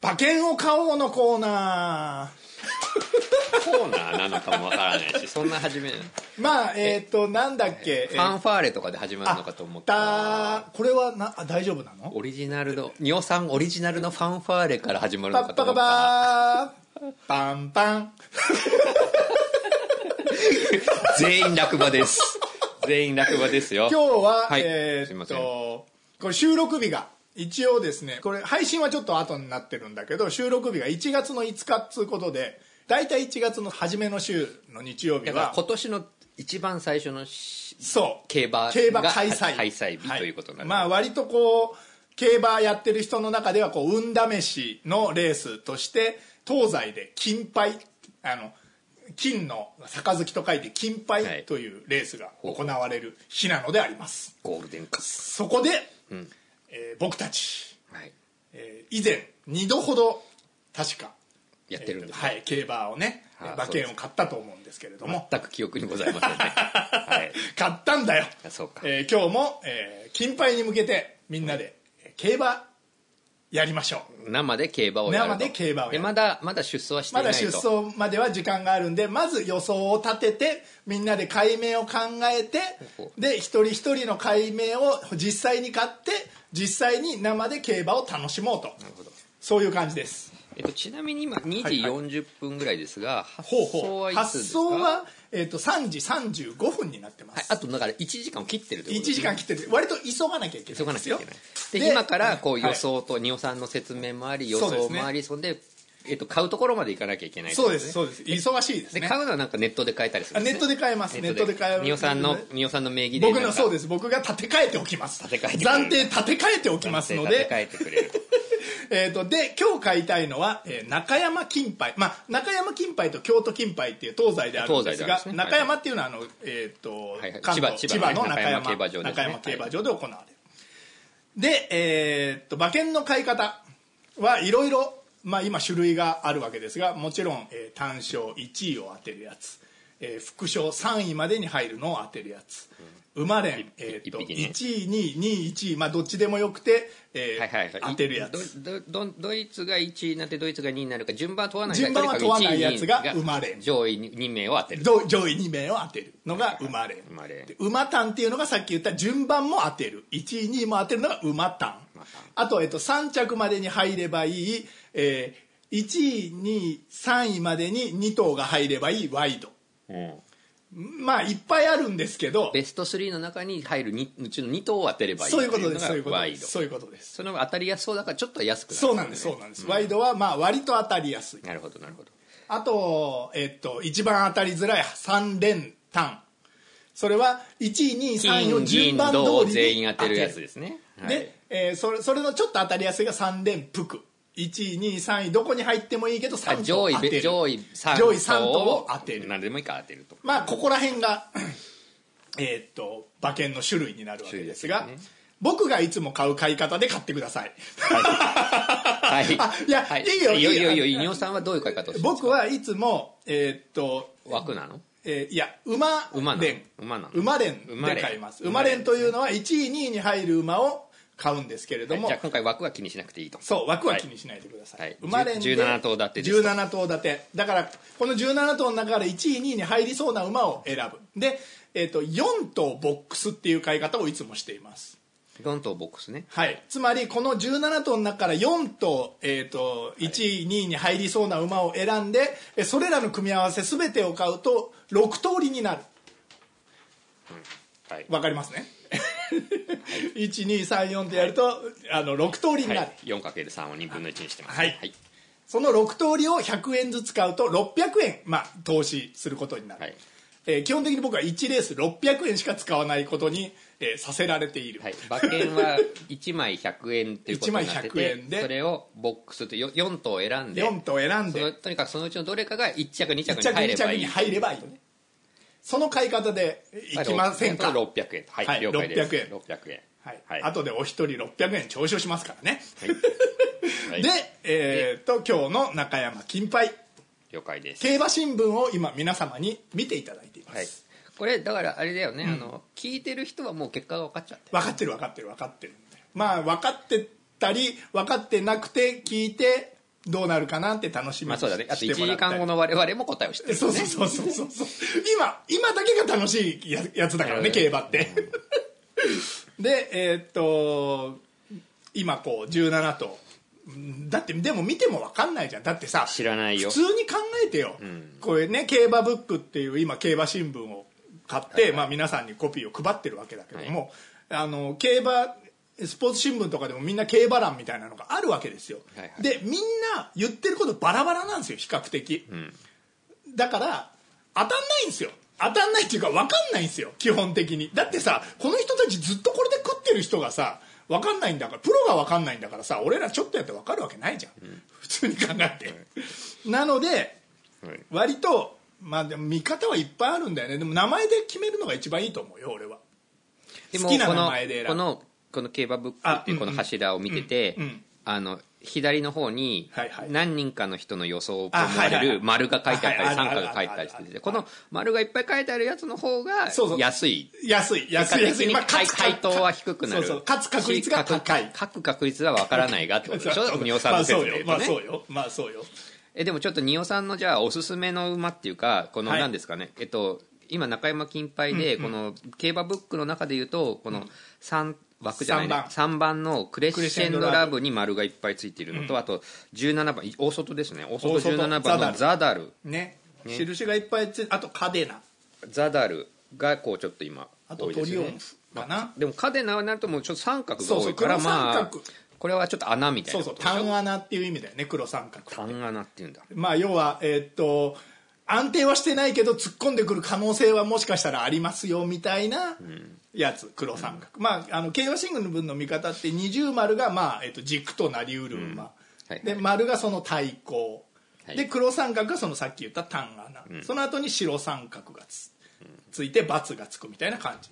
[SPEAKER 2] 馬券を買おうのコーナ
[SPEAKER 1] コーナーなのかもわからないしそんな始めないフ
[SPEAKER 2] ーまあえっ、となんだっけ
[SPEAKER 1] ァンファーレとかで始まるのかと思った
[SPEAKER 2] あだこれはなあ大丈夫なの
[SPEAKER 1] オリジナルのニオさんオリジナルのファンファーレから始まる
[SPEAKER 2] パ
[SPEAKER 1] のか
[SPEAKER 2] ッ
[SPEAKER 1] と
[SPEAKER 2] パ
[SPEAKER 1] 思
[SPEAKER 2] カ
[SPEAKER 1] った
[SPEAKER 2] バーパンパン
[SPEAKER 1] 全員落馬です全員落馬ですよ
[SPEAKER 2] 今日は、
[SPEAKER 1] はい
[SPEAKER 2] え
[SPEAKER 1] すい
[SPEAKER 2] ーっ
[SPEAKER 1] ません
[SPEAKER 2] とこれ収録日が一応ですねこれ配信はちょっと後になってるんだけど収録日が1月の5日っつうことで大体1月の初めの週の日曜日
[SPEAKER 1] だから
[SPEAKER 2] は
[SPEAKER 1] 今年の一番最初のし
[SPEAKER 2] そう
[SPEAKER 1] 競馬が
[SPEAKER 2] 競馬開催
[SPEAKER 1] 開催日
[SPEAKER 2] は
[SPEAKER 1] ということになる
[SPEAKER 2] まあ割とこう競馬やってる人の中ではこう運試しのレースとして東西で金杯あの金の杯と書いて金
[SPEAKER 1] は
[SPEAKER 2] 杯
[SPEAKER 1] い
[SPEAKER 2] というレースが行われる日なのであります、
[SPEAKER 1] ゴールデンカッ
[SPEAKER 2] そこで、えー僕たち、
[SPEAKER 1] プ、はい、
[SPEAKER 2] えー以前2度ほど確か
[SPEAKER 1] やってるんです、
[SPEAKER 2] はい、競馬をね
[SPEAKER 1] はい
[SPEAKER 2] 馬券を買ったと思うんですけれども
[SPEAKER 1] 全く記憶にございませんね、 はい、
[SPEAKER 2] 買ったんだよ
[SPEAKER 1] あそうか
[SPEAKER 2] えー今日も、えー金杯に向けてみんなで、えー競馬やりましょう
[SPEAKER 1] 生で競馬をやると
[SPEAKER 2] 生で競馬をやる
[SPEAKER 1] まだまだ出走はしてい
[SPEAKER 2] ま
[SPEAKER 1] ない
[SPEAKER 2] だ
[SPEAKER 1] と
[SPEAKER 2] 出走までは時間があるんでまず予想を立ててみんなで解明を考えて
[SPEAKER 1] ほう
[SPEAKER 2] で一人一人の解明を実際に買って実際に生で競馬を楽しもうと
[SPEAKER 1] なるほど
[SPEAKER 2] そういう感じです
[SPEAKER 1] えっと、ちなみに今2時40分ぐらいですが、
[SPEAKER 2] ほう
[SPEAKER 1] 発送
[SPEAKER 2] ほ
[SPEAKER 1] は
[SPEAKER 2] う
[SPEAKER 1] いつで
[SPEAKER 2] 発
[SPEAKER 1] すか
[SPEAKER 2] 送は、えっと3時35分になってま
[SPEAKER 1] はい
[SPEAKER 2] す、
[SPEAKER 1] あとだから1時間を切ってるという
[SPEAKER 2] 1
[SPEAKER 1] ことです
[SPEAKER 2] 時間切ってて割と急がなきゃいけ
[SPEAKER 1] 急
[SPEAKER 2] な
[SPEAKER 1] が
[SPEAKER 2] いん
[SPEAKER 1] なきゃい
[SPEAKER 2] ですよ
[SPEAKER 1] けないで
[SPEAKER 2] で
[SPEAKER 1] 今からこう
[SPEAKER 2] はい
[SPEAKER 1] 予想と仁尾さんの説明もあり予
[SPEAKER 2] そう
[SPEAKER 1] 想
[SPEAKER 2] ですね
[SPEAKER 1] もありそんでえっと買うところまで行かなきゃいけない
[SPEAKER 2] そうですすそうです忙しいです
[SPEAKER 1] で
[SPEAKER 2] ね
[SPEAKER 1] 買うのはなんかネットで買えたりする
[SPEAKER 2] あ
[SPEAKER 1] ん
[SPEAKER 2] ネ
[SPEAKER 1] ですね
[SPEAKER 2] ットで買えますネットで買えます
[SPEAKER 1] 仁尾さんの仁尾さんの名義で
[SPEAKER 2] 僕のそうですす僕が立て替えておきます
[SPEAKER 1] 立て替えてくれる
[SPEAKER 2] 暫定立て替えておきますの
[SPEAKER 1] 立
[SPEAKER 2] で
[SPEAKER 1] て替えてくれる
[SPEAKER 2] えー、とで今日買いたいのは、えー中山金杯、まあ、中山金杯と京都金杯っていう東西であるんです
[SPEAKER 1] 東西で
[SPEAKER 2] が
[SPEAKER 1] あるんですね
[SPEAKER 2] 中山っていうのはあの、えーと
[SPEAKER 1] はいはい
[SPEAKER 2] 関東
[SPEAKER 1] 千葉千
[SPEAKER 2] 千
[SPEAKER 1] 葉
[SPEAKER 2] 葉
[SPEAKER 1] ね
[SPEAKER 2] の中山
[SPEAKER 1] 中山競馬場ですね
[SPEAKER 2] 中山競馬場で行われる、で、えー、と馬券の買い方はいろいろ、まあ、今種類があるわけですがもちろん、えー単勝1位を当てるやつ、えー副賞3位までに入るのを当てるやつ、馬連、えーと
[SPEAKER 1] 一匹ね
[SPEAKER 2] 1位2位2位1位、まあ、どっちでもよくて、えー
[SPEAKER 1] はいはいはい
[SPEAKER 2] 当てるやつ
[SPEAKER 1] どどどドイツが1位になってドイツが2位になるか順番は問わないから
[SPEAKER 2] 順番は問わないやつが
[SPEAKER 1] とにかく
[SPEAKER 2] 生まれん
[SPEAKER 1] 上位2名を当てる
[SPEAKER 2] 上上位2名を当てるのが馬連
[SPEAKER 1] 馬連
[SPEAKER 2] で馬単っていうのがさっき言った順番も当てる1位2位も当てるのが馬単あと、えっと、3着までに入ればいい、えー1位2位3位までに2頭が入ればいいワイド
[SPEAKER 1] うん
[SPEAKER 2] まあいっぱいあるんですけど
[SPEAKER 1] ベスト3の中に入るにうちの2頭を当てればいい
[SPEAKER 2] そういうこと
[SPEAKER 1] って
[SPEAKER 2] ですそういう
[SPEAKER 1] の
[SPEAKER 2] こ
[SPEAKER 1] が
[SPEAKER 2] と
[SPEAKER 1] ワ
[SPEAKER 2] で
[SPEAKER 1] イド
[SPEAKER 2] すそういうことです
[SPEAKER 1] その方が当たりやすそうだからちょっと安くなる
[SPEAKER 2] そうなんですそうなんです、ワイドはまあ割と当たりやすい
[SPEAKER 1] なるほどなるほど
[SPEAKER 2] あと、えっと、一番当たりづらい3連単それは1位2位3位を
[SPEAKER 1] 金
[SPEAKER 2] 順
[SPEAKER 1] 銀
[SPEAKER 2] 番通りに
[SPEAKER 1] 銅を全員当てるやつですねはい
[SPEAKER 2] で、えーそれそれのちょっと当たりやすいが3連複1位2位3位どこに入ってもいいけど
[SPEAKER 1] あ
[SPEAKER 2] 3
[SPEAKER 1] 上
[SPEAKER 2] 頭
[SPEAKER 1] 位
[SPEAKER 2] 当てる
[SPEAKER 1] 上位3
[SPEAKER 2] 上位3頭を当てる
[SPEAKER 1] 何でもいいから当てると
[SPEAKER 2] まあここら辺が えーっと馬券の種類になるわけですが
[SPEAKER 1] 種類です
[SPEAKER 2] 僕がいつも買う買い方で買ってください
[SPEAKER 1] はい
[SPEAKER 2] あいや
[SPEAKER 1] はい
[SPEAKER 2] いいよ
[SPEAKER 1] いいよいいよ
[SPEAKER 2] いいよ
[SPEAKER 1] いいよ伊さんはどういう買い方をしてるんです
[SPEAKER 2] 僕
[SPEAKER 1] か
[SPEAKER 2] はいつもえーっと
[SPEAKER 1] 枠なの
[SPEAKER 2] えーいや馬
[SPEAKER 1] 馬なの
[SPEAKER 2] 連
[SPEAKER 1] 馬なの
[SPEAKER 2] 馬連
[SPEAKER 1] 馬連
[SPEAKER 2] で買います
[SPEAKER 1] 馬
[SPEAKER 2] 馬
[SPEAKER 1] 連
[SPEAKER 2] 連というのは1位2位に入る馬を買うんですけれども、
[SPEAKER 1] じゃあ今回枠は気にしなくていいと
[SPEAKER 2] そう枠は気にしないでください、
[SPEAKER 1] はい
[SPEAKER 2] 馬連で
[SPEAKER 1] 17頭立てです
[SPEAKER 2] 17頭立てだからこの17頭の中から1位2位に入りそうな馬を選ぶで、えー、と4頭ボックスっていう買い方をいつもしています
[SPEAKER 1] 4頭ボックスね
[SPEAKER 2] はい、つまりこの17頭の中から4頭、えー、と1位、2位に入りそうな馬を選んでえそれらの組み合わせ全てを買うと6通りになる
[SPEAKER 1] はい
[SPEAKER 2] わかりますね 1234ってやると、あの6通りになる、
[SPEAKER 1] はい、4×3 を2分の1にしてます、
[SPEAKER 2] はい
[SPEAKER 1] はい
[SPEAKER 2] その6通りを100円ずつ買うと600円、まあ、投資することになる、
[SPEAKER 1] はい
[SPEAKER 2] えー基本的に僕は1レース600円しか使わないことに、えーさせられている、
[SPEAKER 1] はい馬券は1枚100円っていうことになって
[SPEAKER 2] 一枚100
[SPEAKER 1] て
[SPEAKER 2] 円で
[SPEAKER 1] それをボックスとよ4頭選んで
[SPEAKER 2] 4頭選ん
[SPEAKER 1] そ
[SPEAKER 2] で
[SPEAKER 1] のとにかくそのうちのどれかが1着2着
[SPEAKER 2] 1
[SPEAKER 1] に
[SPEAKER 2] 着
[SPEAKER 1] 入
[SPEAKER 2] 2
[SPEAKER 1] れ
[SPEAKER 2] 着
[SPEAKER 1] ばいい
[SPEAKER 2] に入ればいいねその買い方でいきませんか、
[SPEAKER 1] はい600円とはい、
[SPEAKER 2] はい
[SPEAKER 1] 了解です
[SPEAKER 2] 600円
[SPEAKER 1] 600円
[SPEAKER 2] はい
[SPEAKER 1] はい
[SPEAKER 2] 後でお一人600円徴収しますからね、
[SPEAKER 1] はい
[SPEAKER 2] で、えー、と今日の中山金杯
[SPEAKER 1] 了解です
[SPEAKER 2] 競馬新聞を今皆様に見ていただいています、
[SPEAKER 1] はいこれだからあれだよね、あの聞いてる人はもう結果が分かっちゃって
[SPEAKER 2] 分かってる分かってる分かってるまあ分かってたり分かってなくて聞いてどうなるかなって楽しみ
[SPEAKER 1] まあ
[SPEAKER 2] にして
[SPEAKER 1] そう
[SPEAKER 2] もら
[SPEAKER 1] だ
[SPEAKER 2] った
[SPEAKER 1] ね
[SPEAKER 2] り
[SPEAKER 1] あと1時間後の我々も答えを知ってる
[SPEAKER 2] そうそうそうそうそうそう今今だけが楽しいややつだからね競馬ってでえーっと今こう17頭だってでも見ても分かんないじゃんだってさ
[SPEAKER 1] 知らないよ
[SPEAKER 2] 普通に考えてよ、これね競馬ブックっていう今競馬新聞を買って、まあ、皆さんにコピーを配ってるわけだけども、あの競馬スポーツ新聞とかでもみんな競馬欄みたいなのがあるわけですよ、
[SPEAKER 1] はいはい
[SPEAKER 2] でみんな言ってることバラバラなんですよ比較的、
[SPEAKER 1] ん
[SPEAKER 2] だから当たんないんですよ当たんないっていうか分かんないんですよ基本的にだってさこの人たちずっとこれで食ってる人がさ分かんないんだからプロが分かんないんだからさ俺らちょっとやって分かるわけないじゃん、普通に考えて、なので
[SPEAKER 1] はい
[SPEAKER 2] 割とまあでも見方はいっぱいあるんだよねでも名前で決めるのが一番いいと思うよ俺は
[SPEAKER 1] で
[SPEAKER 2] 好きな名前で選ぶ
[SPEAKER 1] このこのこの競馬ブックっていうこの柱を見てて、
[SPEAKER 2] うんうんうん
[SPEAKER 1] あの左の方に
[SPEAKER 2] はいはい
[SPEAKER 1] 何人かの人の予想を
[SPEAKER 2] あはい
[SPEAKER 1] 思わ
[SPEAKER 2] はいはい
[SPEAKER 1] れる丸が書いてあったり
[SPEAKER 2] はいはい
[SPEAKER 1] 三
[SPEAKER 2] はい
[SPEAKER 1] 角が書いてあったりし
[SPEAKER 2] はいはいは
[SPEAKER 1] て
[SPEAKER 2] い
[SPEAKER 1] この丸がいっぱい書いてあるやつの方が
[SPEAKER 2] そうそう
[SPEAKER 1] 安い
[SPEAKER 2] 安い安い
[SPEAKER 1] 結
[SPEAKER 2] 安
[SPEAKER 1] 果的
[SPEAKER 2] い、
[SPEAKER 1] に
[SPEAKER 2] まあ、
[SPEAKER 1] 回
[SPEAKER 2] 勝つ勝
[SPEAKER 1] 回答は低くなる
[SPEAKER 2] そうそう勝つ確率が高い
[SPEAKER 1] 書く確率は分からないがってことでしょ尿酸
[SPEAKER 2] ま
[SPEAKER 1] の
[SPEAKER 2] あ
[SPEAKER 1] 説
[SPEAKER 2] そう
[SPEAKER 1] 明
[SPEAKER 2] よ
[SPEAKER 1] と
[SPEAKER 2] まあ
[SPEAKER 1] ね
[SPEAKER 2] そうよまあそうよ
[SPEAKER 1] えでもちょっと仁尾さんのじゃあおすすめの馬っていうかこの
[SPEAKER 2] はい
[SPEAKER 1] 何ですかね、えっと今中山金杯でこの競馬ブックの中で言うとこの3枠じゃないね3番のクレッシェンドラブに丸がいっぱいついているのと、あと17番い大外ですね大外
[SPEAKER 2] 大外
[SPEAKER 1] 17番のザダル
[SPEAKER 2] ね印がいっぱいついあとカデナ
[SPEAKER 1] ザダルがこうちょっと今
[SPEAKER 2] あと
[SPEAKER 1] 多い
[SPEAKER 2] ト
[SPEAKER 1] です
[SPEAKER 2] リオ
[SPEAKER 1] ね
[SPEAKER 2] ンフかな
[SPEAKER 1] でもカデナになるともうちょっと三角が多いから
[SPEAKER 2] そうそう黒三
[SPEAKER 1] まあ
[SPEAKER 2] 角
[SPEAKER 1] これはちょっと穴みたい
[SPEAKER 2] そう
[SPEAKER 1] な
[SPEAKER 2] そ
[SPEAKER 1] こ
[SPEAKER 2] う
[SPEAKER 1] とでしょ
[SPEAKER 2] 単穴っていう意味だよね黒三角
[SPEAKER 1] 単穴っていうんだ
[SPEAKER 2] まあ要はえーっと安定はしてないけど突っ込んでくる可能性はもしかしたらありますよみたいなやつ黒三角、まああの競馬新聞の分の見方って二重丸がまあ、えーっと軸となりうる馬、
[SPEAKER 1] いはい
[SPEAKER 2] で丸がその対抗、
[SPEAKER 1] はい
[SPEAKER 2] で黒三角がそのさっき言った単穴、その後に白三角がつついて×がつくみたいな感じ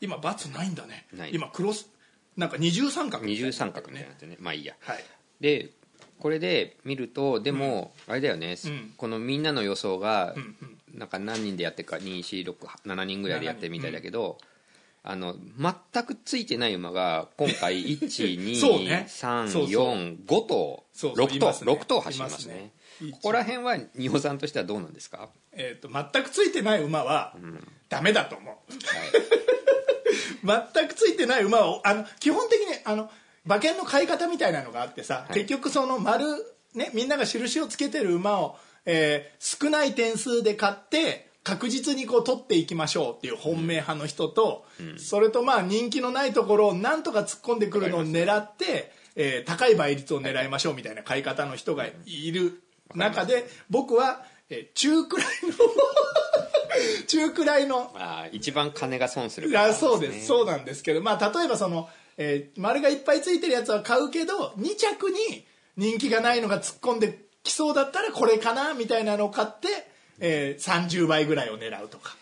[SPEAKER 2] 今×ないんだね
[SPEAKER 1] ない
[SPEAKER 2] 今黒すなんか二重三角
[SPEAKER 1] 二
[SPEAKER 2] みたい
[SPEAKER 1] 重
[SPEAKER 2] な
[SPEAKER 1] 三角みたいになってねまあいいや
[SPEAKER 2] はい
[SPEAKER 1] でこれで見るとでも、あれだよね、
[SPEAKER 2] ん
[SPEAKER 1] このみんなの予想が、なんか何人でやってるか2467人ぐらいでやってるみたいだけど、あの全くついてない馬が今 回
[SPEAKER 2] そうねそうそう
[SPEAKER 1] 12345頭
[SPEAKER 2] そう
[SPEAKER 1] 6頭
[SPEAKER 2] そういますね
[SPEAKER 1] 6頭走ります
[SPEAKER 2] いま
[SPEAKER 1] ね
[SPEAKER 2] すね
[SPEAKER 1] ここら辺は仁保さんとしてはどうなんですか、は
[SPEAKER 2] えー、と全くついてない馬はダメだと思う、全くついてない馬をあの基本的にあの馬券の買い方みたいなのがあってさ、
[SPEAKER 1] い
[SPEAKER 2] 結局その丸、ね、みんなが印をつけてる馬を、えー少ない点数で買って確実にこう取っていきましょうっていう本命派の人と、それとまあ人気のないところをなんとか突っ込んでくるのを狙って、えー高い倍率を狙いましょうみたいな買い方の人がいる中で、僕は、えー中くらいの 中くらいの
[SPEAKER 1] あー一番金が損する
[SPEAKER 2] あそうですそうなんですけど、まあ、例えばその、えー丸がいっぱいついてるやつは買うけど2着に人気がないのが突っ込んできそうだったらこれかなみたいなのを買って、えー30倍ぐらいを狙うとか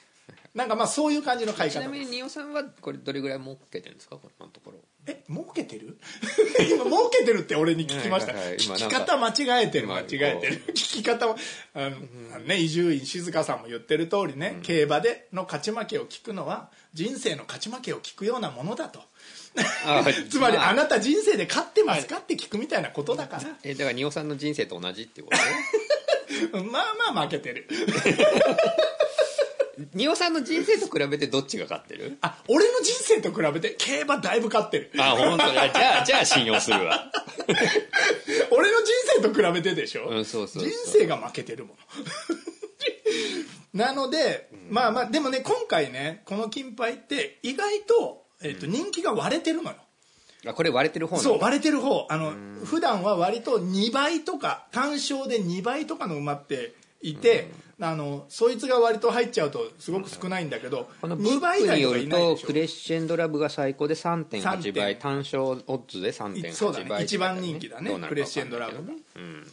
[SPEAKER 2] なんかまあそういう感じの買い
[SPEAKER 1] ち
[SPEAKER 2] 方
[SPEAKER 1] なみ
[SPEAKER 2] で
[SPEAKER 1] に
[SPEAKER 2] す
[SPEAKER 1] 仁保さんはこれどれぐらい儲けてるんですかこのところ
[SPEAKER 2] え儲けてる 今儲けてるって俺に聞きました、
[SPEAKER 1] はいはいはい
[SPEAKER 2] 聞
[SPEAKER 1] 今
[SPEAKER 2] き
[SPEAKER 1] なん
[SPEAKER 2] 方
[SPEAKER 1] か
[SPEAKER 2] 間違えてる
[SPEAKER 1] 今
[SPEAKER 2] 間違えてる 聞き方はあの、あのね伊集院静香さんも言ってる通りね、競馬での勝ち負けを聞くのは人生の勝ち負けを聞くようなものだと
[SPEAKER 1] あ
[SPEAKER 2] つまり
[SPEAKER 1] まあ
[SPEAKER 2] あなた人生で勝ってますかって聞くみたいなことだから
[SPEAKER 1] えだから仁保さんの人生と同じっていうことね
[SPEAKER 2] うんまあまあ負けてる
[SPEAKER 1] ニオさんの人生と比べてどっちが勝って る
[SPEAKER 2] あ俺の人生と比べて競馬だいぶ勝ってる
[SPEAKER 1] あ本当だじゃあじゃあ信用するわ
[SPEAKER 2] 俺の人生と比べてでしょ、
[SPEAKER 1] うんそうそうそう
[SPEAKER 2] 人生が負けてるもんなの で、まあまあでもね今回ねこの金牌って意外と,、えっと人気が割れてるのよ、
[SPEAKER 1] あこれ割れてる方なの
[SPEAKER 2] そう割れてる方あの普段は割と2倍とか単勝で2倍とかの馬っていて、あのそいつが割と入っちゃうとすごく少ないんだけど、
[SPEAKER 1] このブ
[SPEAKER 2] 2倍
[SPEAKER 1] ックに
[SPEAKER 2] 台と
[SPEAKER 1] よ
[SPEAKER 2] かい
[SPEAKER 1] る
[SPEAKER 2] な
[SPEAKER 1] と
[SPEAKER 2] いでしょ
[SPEAKER 1] クレッシェンドラブが最高で3.8
[SPEAKER 2] 3.8
[SPEAKER 1] 倍単勝オッズで
[SPEAKER 2] そうだ
[SPEAKER 1] 3.8
[SPEAKER 2] ね
[SPEAKER 1] 倍
[SPEAKER 2] 一番人気だね
[SPEAKER 1] どうな
[SPEAKER 2] ク
[SPEAKER 1] る
[SPEAKER 2] レ
[SPEAKER 1] か
[SPEAKER 2] ッシェンドラ
[SPEAKER 1] わか
[SPEAKER 2] ブ
[SPEAKER 1] ん
[SPEAKER 2] が
[SPEAKER 1] ないけどね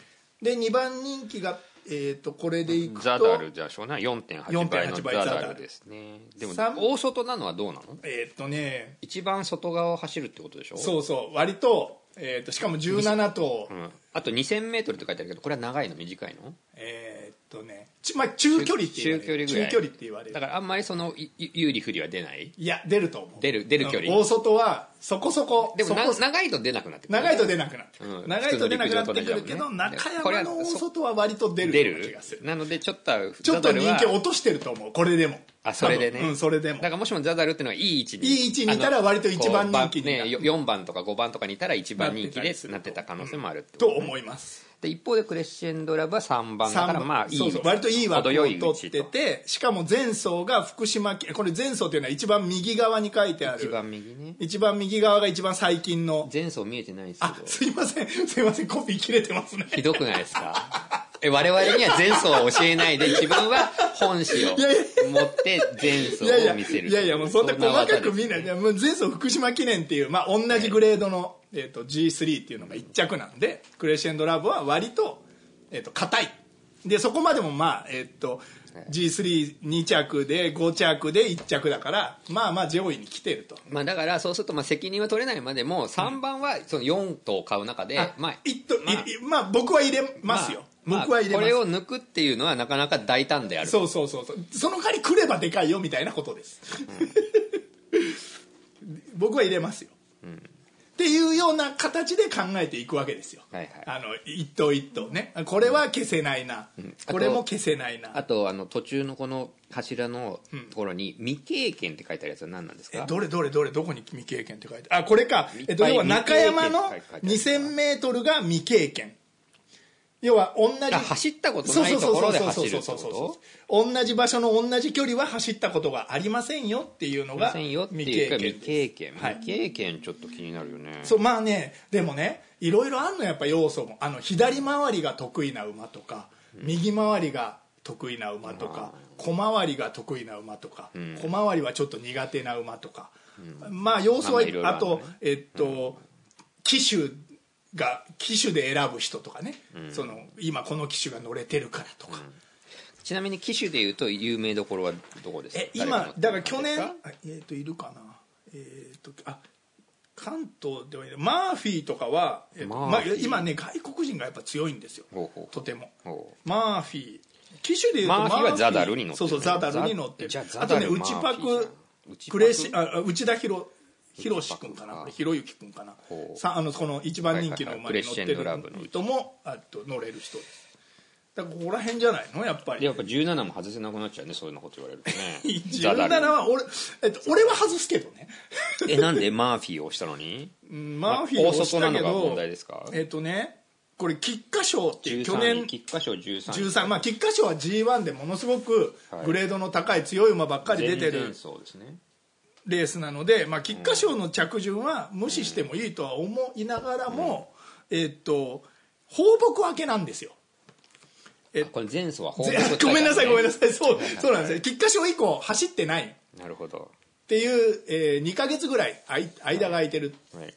[SPEAKER 2] で2番人気が、えー、とこれでい
[SPEAKER 1] うん
[SPEAKER 2] くと
[SPEAKER 1] ザダルじゃあしょうがない4.8倍の
[SPEAKER 2] 4.8倍ザ
[SPEAKER 1] ザ
[SPEAKER 2] ダル
[SPEAKER 1] ダルですねでも
[SPEAKER 2] 三
[SPEAKER 1] 大外なのはどうなの
[SPEAKER 2] えっ、とね
[SPEAKER 1] 一番外側を走るってことでしょ
[SPEAKER 2] そうそう割と,、えー、としかも17頭、
[SPEAKER 1] うんあと 2000m って書いてあるけどこれは長いの短いの
[SPEAKER 2] えっ、とねちまあ、中距離って言わ
[SPEAKER 1] 中
[SPEAKER 2] れ
[SPEAKER 1] 距離
[SPEAKER 2] る
[SPEAKER 1] ぐらい
[SPEAKER 2] って言われ
[SPEAKER 1] だ
[SPEAKER 2] る
[SPEAKER 1] からあんまりそのいい有利不利は出ない
[SPEAKER 2] いや出ると思う
[SPEAKER 1] 出る出る距離
[SPEAKER 2] うん大外はそこそこ
[SPEAKER 1] でもな
[SPEAKER 2] そこそこ
[SPEAKER 1] 長いと出なくなってくる
[SPEAKER 2] 長いと出なくなってくる、
[SPEAKER 1] うん
[SPEAKER 2] 長いと出なくなってくるけど、
[SPEAKER 1] 普通の陸上と同じだもんね
[SPEAKER 2] 中山の大外は割と出る
[SPEAKER 1] 出
[SPEAKER 2] ような気
[SPEAKER 1] る
[SPEAKER 2] がする
[SPEAKER 1] なのでちょっとは
[SPEAKER 2] ちょっと
[SPEAKER 1] ザ
[SPEAKER 2] 人
[SPEAKER 1] ダ
[SPEAKER 2] 気
[SPEAKER 1] ルは
[SPEAKER 2] 落としてると思うこれでも
[SPEAKER 1] あそれでね
[SPEAKER 2] 多分うんそれでも
[SPEAKER 1] だからもしもザダルっていうのがいい位置に
[SPEAKER 2] いい位置にいたら割と一番人気に
[SPEAKER 1] ね4番とか5番とかにいたら一番人気でな
[SPEAKER 2] なっ
[SPEAKER 1] ってて
[SPEAKER 2] た
[SPEAKER 1] た可能性もあるってことと
[SPEAKER 2] 思います
[SPEAKER 1] で一方でクレッシェンドラブは3番だからまあいい
[SPEAKER 2] そうそう割といい枠を
[SPEAKER 1] 程よい位
[SPEAKER 2] 取
[SPEAKER 1] 置
[SPEAKER 2] って
[SPEAKER 1] と
[SPEAKER 2] てしかも前走が福島県これ前走というのは一番右側に書いてある
[SPEAKER 1] 一番右ね
[SPEAKER 2] 一番右側が一番最近の
[SPEAKER 1] 前走見えてないですけ
[SPEAKER 2] あ
[SPEAKER 1] ど
[SPEAKER 2] すいませんすいませんコピー切れてますね
[SPEAKER 1] ひどくないですかえ我々には前走を教えないで自分は本誌を
[SPEAKER 2] いやい
[SPEAKER 1] 持って前走
[SPEAKER 2] いやいや
[SPEAKER 1] を見せる
[SPEAKER 2] いやいやもうそんな細かく
[SPEAKER 1] 見
[SPEAKER 2] 見ないいやもう前走福島記念っていう、まあ、同じグレードの、えー、と G3 っていうのが1着なんでクレッシェンドラブは割と,、えー、と硬いでそこまでもまあえっと G32 着で5着で1着だからまあまあ上位に来てると
[SPEAKER 1] まあ、だからそうするとまあ責任は取れないまでも3番はその4頭買う中で、まあ、
[SPEAKER 2] 一頭
[SPEAKER 1] まあ
[SPEAKER 2] いいまあ僕は入れますよ、
[SPEAKER 1] まあ
[SPEAKER 2] 僕は入れ
[SPEAKER 1] こ
[SPEAKER 2] ます
[SPEAKER 1] れを抜くっていうのはなかなか大胆である
[SPEAKER 2] そうそうそうそうその代わり来ればでかいよみたいなことです、僕は入れますよ、っていうような形で考えていくわけですよ、
[SPEAKER 1] はいはい
[SPEAKER 2] あの一頭一頭ねこれは消せないな、
[SPEAKER 1] あと
[SPEAKER 2] これも消せないな
[SPEAKER 1] あとあの途中のこの柱のところに未経験って書いてあるやつは何なんです
[SPEAKER 2] え
[SPEAKER 1] か
[SPEAKER 2] どれどれどれどこに未経験って書いてあこれか、
[SPEAKER 1] いっぱい
[SPEAKER 2] えっと、要は中山の
[SPEAKER 1] 未経験って書い
[SPEAKER 2] 2000m が未経験要は同じ
[SPEAKER 1] あ走ったこと
[SPEAKER 2] そう
[SPEAKER 1] ない
[SPEAKER 2] そう
[SPEAKER 1] と
[SPEAKER 2] そう
[SPEAKER 1] こ
[SPEAKER 2] そ
[SPEAKER 1] ろ
[SPEAKER 2] う
[SPEAKER 1] で
[SPEAKER 2] そう
[SPEAKER 1] 走る
[SPEAKER 2] そ
[SPEAKER 1] っ
[SPEAKER 2] う
[SPEAKER 1] て
[SPEAKER 2] そう
[SPEAKER 1] こ
[SPEAKER 2] そう同じ場所の同じ距離は走ったことがありませんよっていうの
[SPEAKER 1] と
[SPEAKER 2] が
[SPEAKER 1] せんよって
[SPEAKER 2] 未
[SPEAKER 1] いう
[SPEAKER 2] 経
[SPEAKER 1] か
[SPEAKER 2] 験
[SPEAKER 1] 未経験
[SPEAKER 2] はい
[SPEAKER 1] 未経験ちょっと気になるよね
[SPEAKER 2] そうまあねでもねいろいろあんのやっぱ要素もあの左回りが得意な馬とか、右回りが得意な馬とか、小回りが得意な馬とか、小回りはちょっと苦手な馬とか、まあ要素
[SPEAKER 1] まあまあ
[SPEAKER 2] は、
[SPEAKER 1] いろいろ
[SPEAKER 2] あ
[SPEAKER 1] あるの
[SPEAKER 2] と
[SPEAKER 1] ね
[SPEAKER 2] えっと、機種が機種で選ぶ人とかね、その今この機種が乗れてるからとか、
[SPEAKER 1] ちなみに機種でいうと有名どころはどこですか
[SPEAKER 2] え
[SPEAKER 1] 誰が乗っ
[SPEAKER 2] 今
[SPEAKER 1] てる
[SPEAKER 2] だから去年
[SPEAKER 1] です
[SPEAKER 2] あえっ、といるかなえっ、とあ関東ではいるマーフィーとかは、えーと
[SPEAKER 1] マー
[SPEAKER 2] まあ
[SPEAKER 1] フィー
[SPEAKER 2] 今ね外国人がやっぱ強いんですよ
[SPEAKER 1] ほうほう
[SPEAKER 2] とても
[SPEAKER 1] ほ
[SPEAKER 2] マーフィー機種でいうと
[SPEAKER 1] マーフィーはザダルに乗って
[SPEAKER 2] そうそうザダルに乗ってる
[SPEAKER 1] ザじゃあ
[SPEAKER 2] あとね
[SPEAKER 1] ザダル
[SPEAKER 2] 内
[SPEAKER 1] マー
[SPEAKER 2] パ
[SPEAKER 1] フィーじ
[SPEAKER 2] ク
[SPEAKER 1] ゃん内パク
[SPEAKER 2] クレシああ内田博博志君か
[SPEAKER 1] 内パク
[SPEAKER 2] な
[SPEAKER 1] か
[SPEAKER 2] これひろゆき君かな
[SPEAKER 1] ほう
[SPEAKER 2] さあのこの一番人気の馬に乗ってる
[SPEAKER 1] はいはいはいクレッシェンドラブの
[SPEAKER 2] 人もあと乗れる人ですだからここら辺じゃないのやっぱ
[SPEAKER 1] うで
[SPEAKER 2] り
[SPEAKER 1] やっぱ17も外せなくなっちゃうねそういうようなこと言われるとねザダ
[SPEAKER 2] 17
[SPEAKER 1] ル
[SPEAKER 2] は俺、えっと、俺は外すけどね
[SPEAKER 1] えなんでマーフィーを押したのに
[SPEAKER 2] うんマーフィーを押し
[SPEAKER 1] まあ大
[SPEAKER 2] た
[SPEAKER 1] 外な
[SPEAKER 2] け
[SPEAKER 1] のが
[SPEAKER 2] ど
[SPEAKER 1] 問題ですか
[SPEAKER 2] えっとねこれ菊花賞っていう去
[SPEAKER 1] 13
[SPEAKER 2] 年
[SPEAKER 1] 位菊花賞13位
[SPEAKER 2] 13まあ菊花賞は g 1でものすごく
[SPEAKER 1] はい
[SPEAKER 2] グレードの高い強い馬ばっかり出
[SPEAKER 1] 前
[SPEAKER 2] て
[SPEAKER 1] 々
[SPEAKER 2] る
[SPEAKER 1] 走ですね
[SPEAKER 2] レースなので、まあ、菊花賞の着順は無視してもいいとは思いながらも、えっと放牧明けなんですよえ
[SPEAKER 1] あこれ前走は放
[SPEAKER 2] ぜ
[SPEAKER 1] 牧 だった
[SPEAKER 2] ごめんなさいごめんな
[SPEAKER 1] ね
[SPEAKER 2] さいそうそうなんですよ菊花賞以降走ってないっ
[SPEAKER 1] なるほど
[SPEAKER 2] ていう、え2ヶ月ぐらいあい間が空いてる
[SPEAKER 1] はい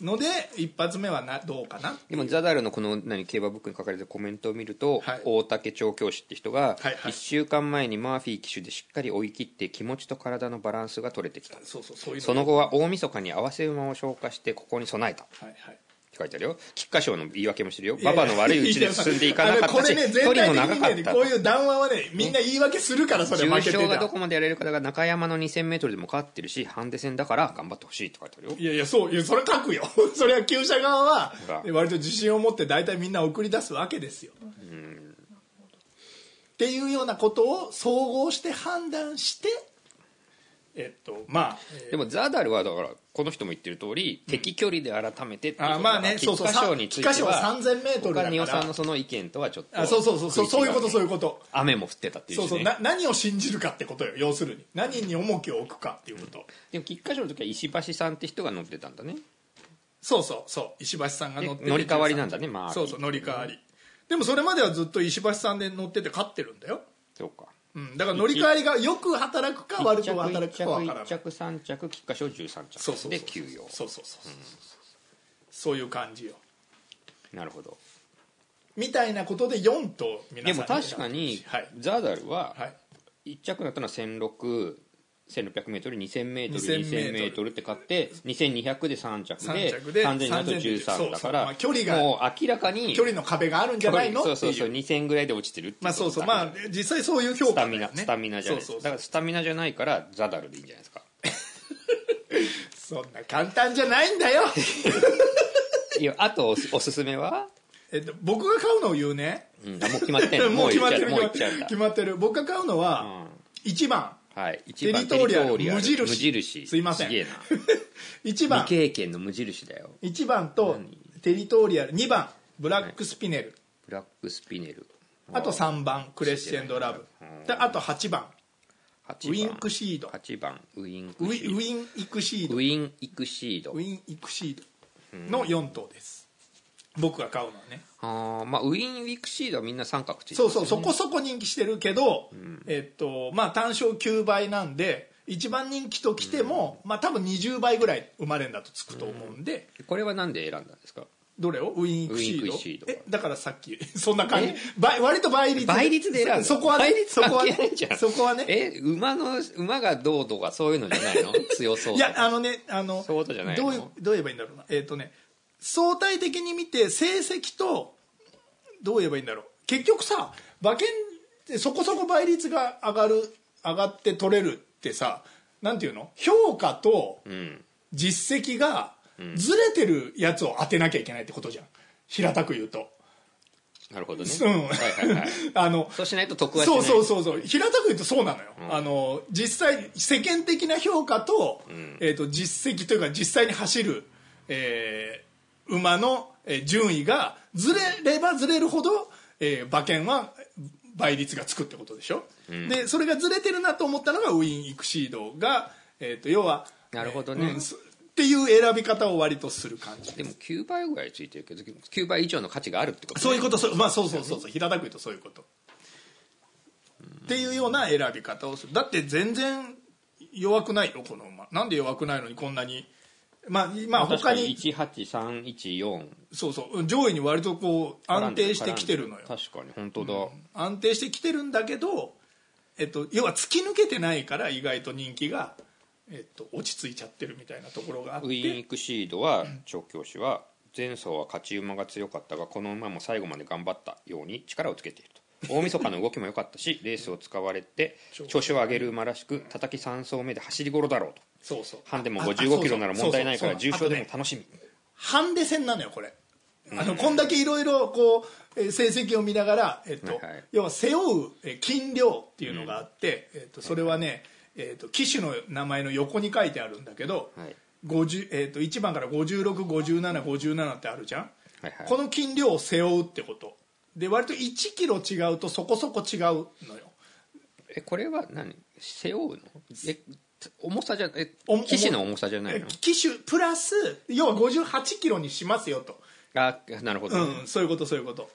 [SPEAKER 2] ので一発目はなどうかな
[SPEAKER 1] でもザダルのこの何競馬ブックに書かれてるコメントを見ると、
[SPEAKER 2] はい
[SPEAKER 1] 大竹調教師って人が、
[SPEAKER 2] はいはい
[SPEAKER 1] 1週間前にマーフィー騎手でしっかり追い切って気持ちと体のバランスが取れてきた
[SPEAKER 2] そうそうそういうの
[SPEAKER 1] その後は大晦日に合わせ馬を消化してここに備えたって
[SPEAKER 2] はいはい
[SPEAKER 1] 書いてあるよ菊花賞の言い訳もしてるよ
[SPEAKER 2] いや
[SPEAKER 1] 馬
[SPEAKER 2] いや
[SPEAKER 1] 場の悪いうちで進んでいかなかったし
[SPEAKER 2] あのこれね、
[SPEAKER 1] 距離も
[SPEAKER 2] 全体的
[SPEAKER 1] 長かっ
[SPEAKER 2] にね、
[SPEAKER 1] た
[SPEAKER 2] こういう談話はね、みんな言い訳するから、それ
[SPEAKER 1] 重
[SPEAKER 2] 負けて
[SPEAKER 1] 賞が
[SPEAKER 2] た
[SPEAKER 1] ど。こまでやれるかが中山の 2000m でも勝ってるしハンデ戦だから頑張ってほしいって書いてあるよ
[SPEAKER 2] いやいや、そう、いやそれ書くよ。 それは旧社側は
[SPEAKER 1] ほら、
[SPEAKER 2] 割と自信を持って大体みんな送り出すわけですよ。っていうようなことを総合して判断して、えっと、まあ、えー
[SPEAKER 1] でもザダルはだからこの人も言ってる通り、敵距離で改めてっていうこと
[SPEAKER 2] あまあね、そうそう、
[SPEAKER 1] 菊花賞につい
[SPEAKER 2] 菊
[SPEAKER 1] て
[SPEAKER 2] 花賞は
[SPEAKER 1] は
[SPEAKER 2] 3000メートル
[SPEAKER 1] 他に
[SPEAKER 2] だ
[SPEAKER 1] 予
[SPEAKER 2] か
[SPEAKER 1] 算
[SPEAKER 2] ら
[SPEAKER 1] の。その意見とはちょっと
[SPEAKER 2] あそうそうそうそう、そういうこと、そういううこと。
[SPEAKER 1] 雨も降ってたっていうし、
[SPEAKER 2] そ
[SPEAKER 1] ね、
[SPEAKER 2] うそう、な何を信じるかってことよ、要するに。何に重きを置くかっていうこと。
[SPEAKER 1] でも菊花賞の時は石橋さんって人が乗ってたんだね
[SPEAKER 2] そうそうそう石橋さんが乗ってて
[SPEAKER 1] 乗り換わりなんだねまあ
[SPEAKER 2] そうそう乗り換わりでもそれまではずっと石橋さんで乗ってて勝ってるんだよ、
[SPEAKER 1] そうか
[SPEAKER 2] うん、だから乗り換わりがよく働くか悪く働くかわからな
[SPEAKER 1] 1
[SPEAKER 2] い
[SPEAKER 1] 着3着菊花賞13着
[SPEAKER 2] そうそうそう
[SPEAKER 1] で休養
[SPEAKER 2] そうそうそうそうそういう感じよ
[SPEAKER 1] なるほど
[SPEAKER 2] みたいなことで4と皆
[SPEAKER 1] で
[SPEAKER 2] さん
[SPEAKER 1] も確かに
[SPEAKER 2] はい、
[SPEAKER 1] ザダルは
[SPEAKER 2] はい、
[SPEAKER 1] 1着だったのは16 1600m2000m2000m
[SPEAKER 2] 2000m
[SPEAKER 1] って買って2200で3着
[SPEAKER 2] 三
[SPEAKER 1] で
[SPEAKER 2] 着で
[SPEAKER 1] 3000だと
[SPEAKER 2] そうそう
[SPEAKER 1] 13だから
[SPEAKER 2] まあ距離が
[SPEAKER 1] もう明らかに
[SPEAKER 2] 距離の壁があるんじゃないの
[SPEAKER 1] そ
[SPEAKER 2] っ
[SPEAKER 1] う
[SPEAKER 2] て
[SPEAKER 1] そうそう
[SPEAKER 2] いう
[SPEAKER 1] 2000ぐらいで落ちてるってい
[SPEAKER 2] まあそうそう
[SPEAKER 1] ことだ
[SPEAKER 2] まあ実際そういう評
[SPEAKER 1] スタ
[SPEAKER 2] 価だ
[SPEAKER 1] ミナ
[SPEAKER 2] よね
[SPEAKER 1] スタミナじゃないです
[SPEAKER 2] そう
[SPEAKER 1] か
[SPEAKER 2] そ
[SPEAKER 1] だ
[SPEAKER 2] う
[SPEAKER 1] からスタミナじゃないからザダルでいいんじゃないですか
[SPEAKER 2] そうそんな簡単じゃないんだよ
[SPEAKER 1] いやあとおすおすすめは、
[SPEAKER 2] えっと僕が買うのを言うね
[SPEAKER 1] うん、あもう決まってんの
[SPEAKER 2] もう決まって
[SPEAKER 1] う
[SPEAKER 2] る
[SPEAKER 1] もう行っ
[SPEAKER 2] 決まって
[SPEAKER 1] ちゃう
[SPEAKER 2] る
[SPEAKER 1] んだ
[SPEAKER 2] 決まってる僕が買うのは1番
[SPEAKER 1] はい一番
[SPEAKER 2] テリトリアル無
[SPEAKER 1] テリ
[SPEAKER 2] 印
[SPEAKER 1] ト無印
[SPEAKER 2] すいません
[SPEAKER 1] げえな
[SPEAKER 2] 1番
[SPEAKER 1] 未経験の無印だよ
[SPEAKER 2] 1番とテリトリアル2番ブラックスピネル
[SPEAKER 1] ブラックスピネル
[SPEAKER 2] あと3番クレッシェンドラブであと8番
[SPEAKER 1] 8
[SPEAKER 2] ウィンクシード
[SPEAKER 1] 8番ウィンク
[SPEAKER 2] ウ
[SPEAKER 1] シー
[SPEAKER 2] ィ
[SPEAKER 1] ド
[SPEAKER 2] ウィンイクシード
[SPEAKER 1] ウ
[SPEAKER 2] ウ
[SPEAKER 1] ィンイクシード
[SPEAKER 2] ィンイクシードの4頭です僕が買うのはね
[SPEAKER 1] あー、まあ、ウィンイクシードはみんな三角ついて
[SPEAKER 2] そうそうそこそこ人気してるけどえっとまあ単勝9倍なんで1番人気ときてもまあ多分20倍ぐらい生まれんだとつくと思うんで
[SPEAKER 1] これはなんで選んだんですか
[SPEAKER 2] どれをウィンクシード
[SPEAKER 1] ウィンクシード
[SPEAKER 2] えだからさっきそんな感じ倍割と倍率で
[SPEAKER 1] 倍率で選ぶ
[SPEAKER 2] そそこはね
[SPEAKER 1] 倍率
[SPEAKER 2] そこは
[SPEAKER 1] 関係ないじゃ
[SPEAKER 2] ね
[SPEAKER 1] ん
[SPEAKER 2] そこはね
[SPEAKER 1] え馬の馬がどうとかそういうのじゃない の強そう
[SPEAKER 2] い
[SPEAKER 1] とか
[SPEAKER 2] やあのねあの
[SPEAKER 1] そういうことじゃない
[SPEAKER 2] ど
[SPEAKER 1] の
[SPEAKER 2] ういうどう言えばいいんだろうなえっ、とね相対的に見て成績とどう言えばいいんだろう結局さ馬券ってそこそこ倍率が上がる上がって取れるってさなんていうの評価と
[SPEAKER 1] うん
[SPEAKER 2] 実績がずれてるやつを当てなきゃいけないってことじゃん平たく言うと。
[SPEAKER 1] なるほどね、
[SPEAKER 2] うん
[SPEAKER 1] はいはいはい
[SPEAKER 2] あの
[SPEAKER 1] そうしないと得はしない
[SPEAKER 2] そうそうそうそう平たく言うとそうなのよ、あの実際世間的な評価と,、えー、と実績というか実際に走る、えー馬のえー順位がずれればずれるほど、えー馬券は倍率がつくってことでしょ、でそれがずれてるなと思ったのがウィン・イクシードが、えー、と要は
[SPEAKER 1] なるほどね
[SPEAKER 2] えーうんすっていう選び方を割とする感じ
[SPEAKER 1] でも9倍ぐらいついてるけど9倍以上の価値があるってことね
[SPEAKER 2] そういうことそう,、まあ、そうそうそうそう平たく言うとそういうこと、っていうような選び方をするだって全然弱くないよこの馬なんで弱くないのにこんなにまあ、まあ、
[SPEAKER 1] 確
[SPEAKER 2] 他
[SPEAKER 1] か
[SPEAKER 2] に
[SPEAKER 1] に18314
[SPEAKER 2] そうそう上位に割とこう安定してきてるのよ
[SPEAKER 1] 確かに本当だ、
[SPEAKER 2] 安定してきてるんだけど、えっと、要は突き抜けてないから意外と人気が、えっと、落ち着いちゃってるみたいなところがあっ
[SPEAKER 1] ウィン・
[SPEAKER 2] て
[SPEAKER 1] イクシードは調教師は前走は勝ち馬が強かったがこの馬も最後まで頑張ったように力をつけていると大晦日の動きも良かった しレースを使われて調子を上げる馬らしく叩き3走目で走り頃だろうと
[SPEAKER 2] そうそう
[SPEAKER 1] ハンデも
[SPEAKER 2] ああ
[SPEAKER 1] 5 5キロなら問題ないから
[SPEAKER 2] そうそう
[SPEAKER 1] 重
[SPEAKER 2] そうそう
[SPEAKER 1] 賞で
[SPEAKER 2] あと
[SPEAKER 1] も
[SPEAKER 2] ね
[SPEAKER 1] 楽しみ
[SPEAKER 2] ハンデ戦なのよこれあのこんだけいろいろこうえー成績を見ながら、えっと
[SPEAKER 1] はいはい
[SPEAKER 2] 要は背負うえー斤量っていうのがあって、えっと、それはね、えっと、騎手の名前の横に書いてあるんだけど、
[SPEAKER 1] はい
[SPEAKER 2] 50えっと、1番から565757ってあるじゃん、
[SPEAKER 1] はいはい
[SPEAKER 2] この斤量を背負うってことで割と1キロ違うとそこそこ違うのよ
[SPEAKER 1] えこれは何背負うのえ重さじゃえ
[SPEAKER 2] お重
[SPEAKER 1] 騎士の重さじゃないの
[SPEAKER 2] 騎手プラス要は58キロにしますよと、
[SPEAKER 1] あなるほ
[SPEAKER 2] う
[SPEAKER 1] ど、
[SPEAKER 2] んそういうことそういうこと